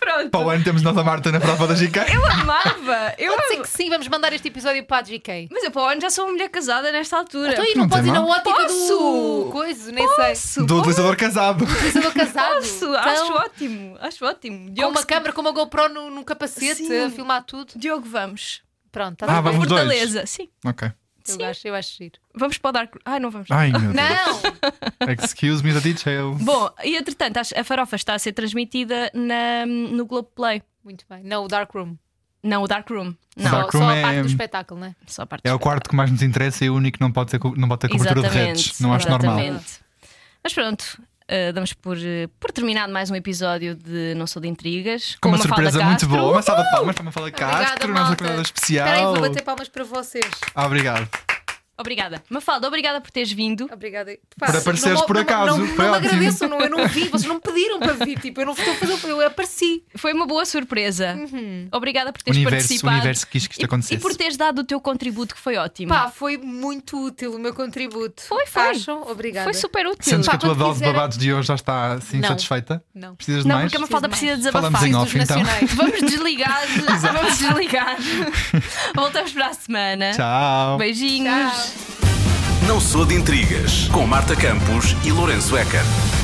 Speaker 5: pronto.
Speaker 6: Para o ano temos nós a Marta na prova da GK.
Speaker 5: Eu amava. Eu
Speaker 1: Pode ser
Speaker 5: amava.
Speaker 1: que sim, vamos mandar este episódio para a GK.
Speaker 5: Mas eu para o ano já sou uma mulher casada nesta altura.
Speaker 1: Então e
Speaker 6: Não
Speaker 1: não
Speaker 6: tem
Speaker 1: podes ir na
Speaker 6: mal.
Speaker 1: ótica
Speaker 5: Posso!
Speaker 1: do. Coisa, nem sei.
Speaker 5: Posso,
Speaker 6: Do utilizador casado.
Speaker 1: Utilizador casado.
Speaker 5: Posso,
Speaker 1: Então,
Speaker 5: acho ótimo, acho ótimo.
Speaker 1: Com
Speaker 5: Diogo,
Speaker 1: uma
Speaker 5: se-
Speaker 1: câmera, com uma GoPro no, num capacete,
Speaker 5: Sim.
Speaker 1: a filmar tudo.
Speaker 5: Diogo, vamos.
Speaker 1: Pronto, tá
Speaker 6: Ah,
Speaker 1: bem.
Speaker 6: vamos dois.
Speaker 5: Fortaleza, sim.
Speaker 6: Ok.
Speaker 1: Eu acho, eu acho giro.
Speaker 5: Vamos para o Dark. Ai, não vamos.
Speaker 6: Ai meu Deus.
Speaker 1: Não!
Speaker 6: Excuse me the details.
Speaker 5: Bom, e entretanto, acho- a farofa está a ser transmitida na, no Globoplay.
Speaker 1: Muito bem. Não, o Dark Room.
Speaker 5: Não, o Dark Room.
Speaker 1: Só,
Speaker 5: Não,
Speaker 6: Dark
Speaker 1: só
Speaker 6: Room
Speaker 1: a parte
Speaker 6: é-
Speaker 1: do espetáculo, né?
Speaker 5: só a parte
Speaker 6: É o
Speaker 5: dos-
Speaker 6: quarto que mais nos interessa e o único que não pode ter, co- não pode ter cobertura de redes. Não acho normal.
Speaker 5: exatamente. Mas pronto, eh, damos por, eh, por terminado mais um episódio de Não Sou de Intrigas.
Speaker 6: Com uma
Speaker 5: Mafalda
Speaker 6: surpresa muito
Speaker 5: Castro.
Speaker 6: boa. Uma salva de palmas para uma fala
Speaker 1: malta.
Speaker 6: Castro, nossa convidada especial.
Speaker 1: Espera aí, vou bater palmas para vocês.
Speaker 6: Ah, obrigado.
Speaker 5: Obrigada. Mafalda, obrigada por teres vindo.
Speaker 1: Obrigada. Pá,
Speaker 6: Por apareceres
Speaker 1: não-
Speaker 6: por
Speaker 1: não-
Speaker 6: acaso,
Speaker 1: Não, não,
Speaker 6: foi
Speaker 1: me
Speaker 6: ótimo.
Speaker 1: agradeço, não, eu não vi. Vocês não me pediram para vir. Tipo, eu não estou a fazer. Eu apareci.
Speaker 5: Foi uma boa surpresa.
Speaker 1: Uhum.
Speaker 5: Obrigada por
Speaker 6: O
Speaker 5: teres
Speaker 6: universo, o
Speaker 5: participado.
Speaker 6: universo quis que isto
Speaker 5: E-
Speaker 6: acontecesse.
Speaker 5: E, por teres dado o teu contributo, que foi ótimo.
Speaker 1: Pá, foi muito útil o meu contributo.
Speaker 5: Foi, foi.
Speaker 1: Acham? Obrigada.
Speaker 5: foi super útil.
Speaker 6: Sentes que a tua
Speaker 1: quando
Speaker 6: dose de
Speaker 1: quiser-
Speaker 6: babados de hoje já está assim
Speaker 1: Não.
Speaker 6: satisfeita?
Speaker 1: Não.
Speaker 6: Precisas de
Speaker 5: Não,
Speaker 6: mais?
Speaker 5: porque a Mafalda precisa desabafar.
Speaker 6: Falamos em off
Speaker 1: Preciso dos
Speaker 6: então.
Speaker 1: nacionais. né?
Speaker 5: Vamos desligar. Vamos desligar. Voltamos para a semana.
Speaker 6: Tchau.
Speaker 5: Beijinhos.
Speaker 1: Tchau.
Speaker 4: Não sou de intrigas com Marta Campos e Lourenço Eker.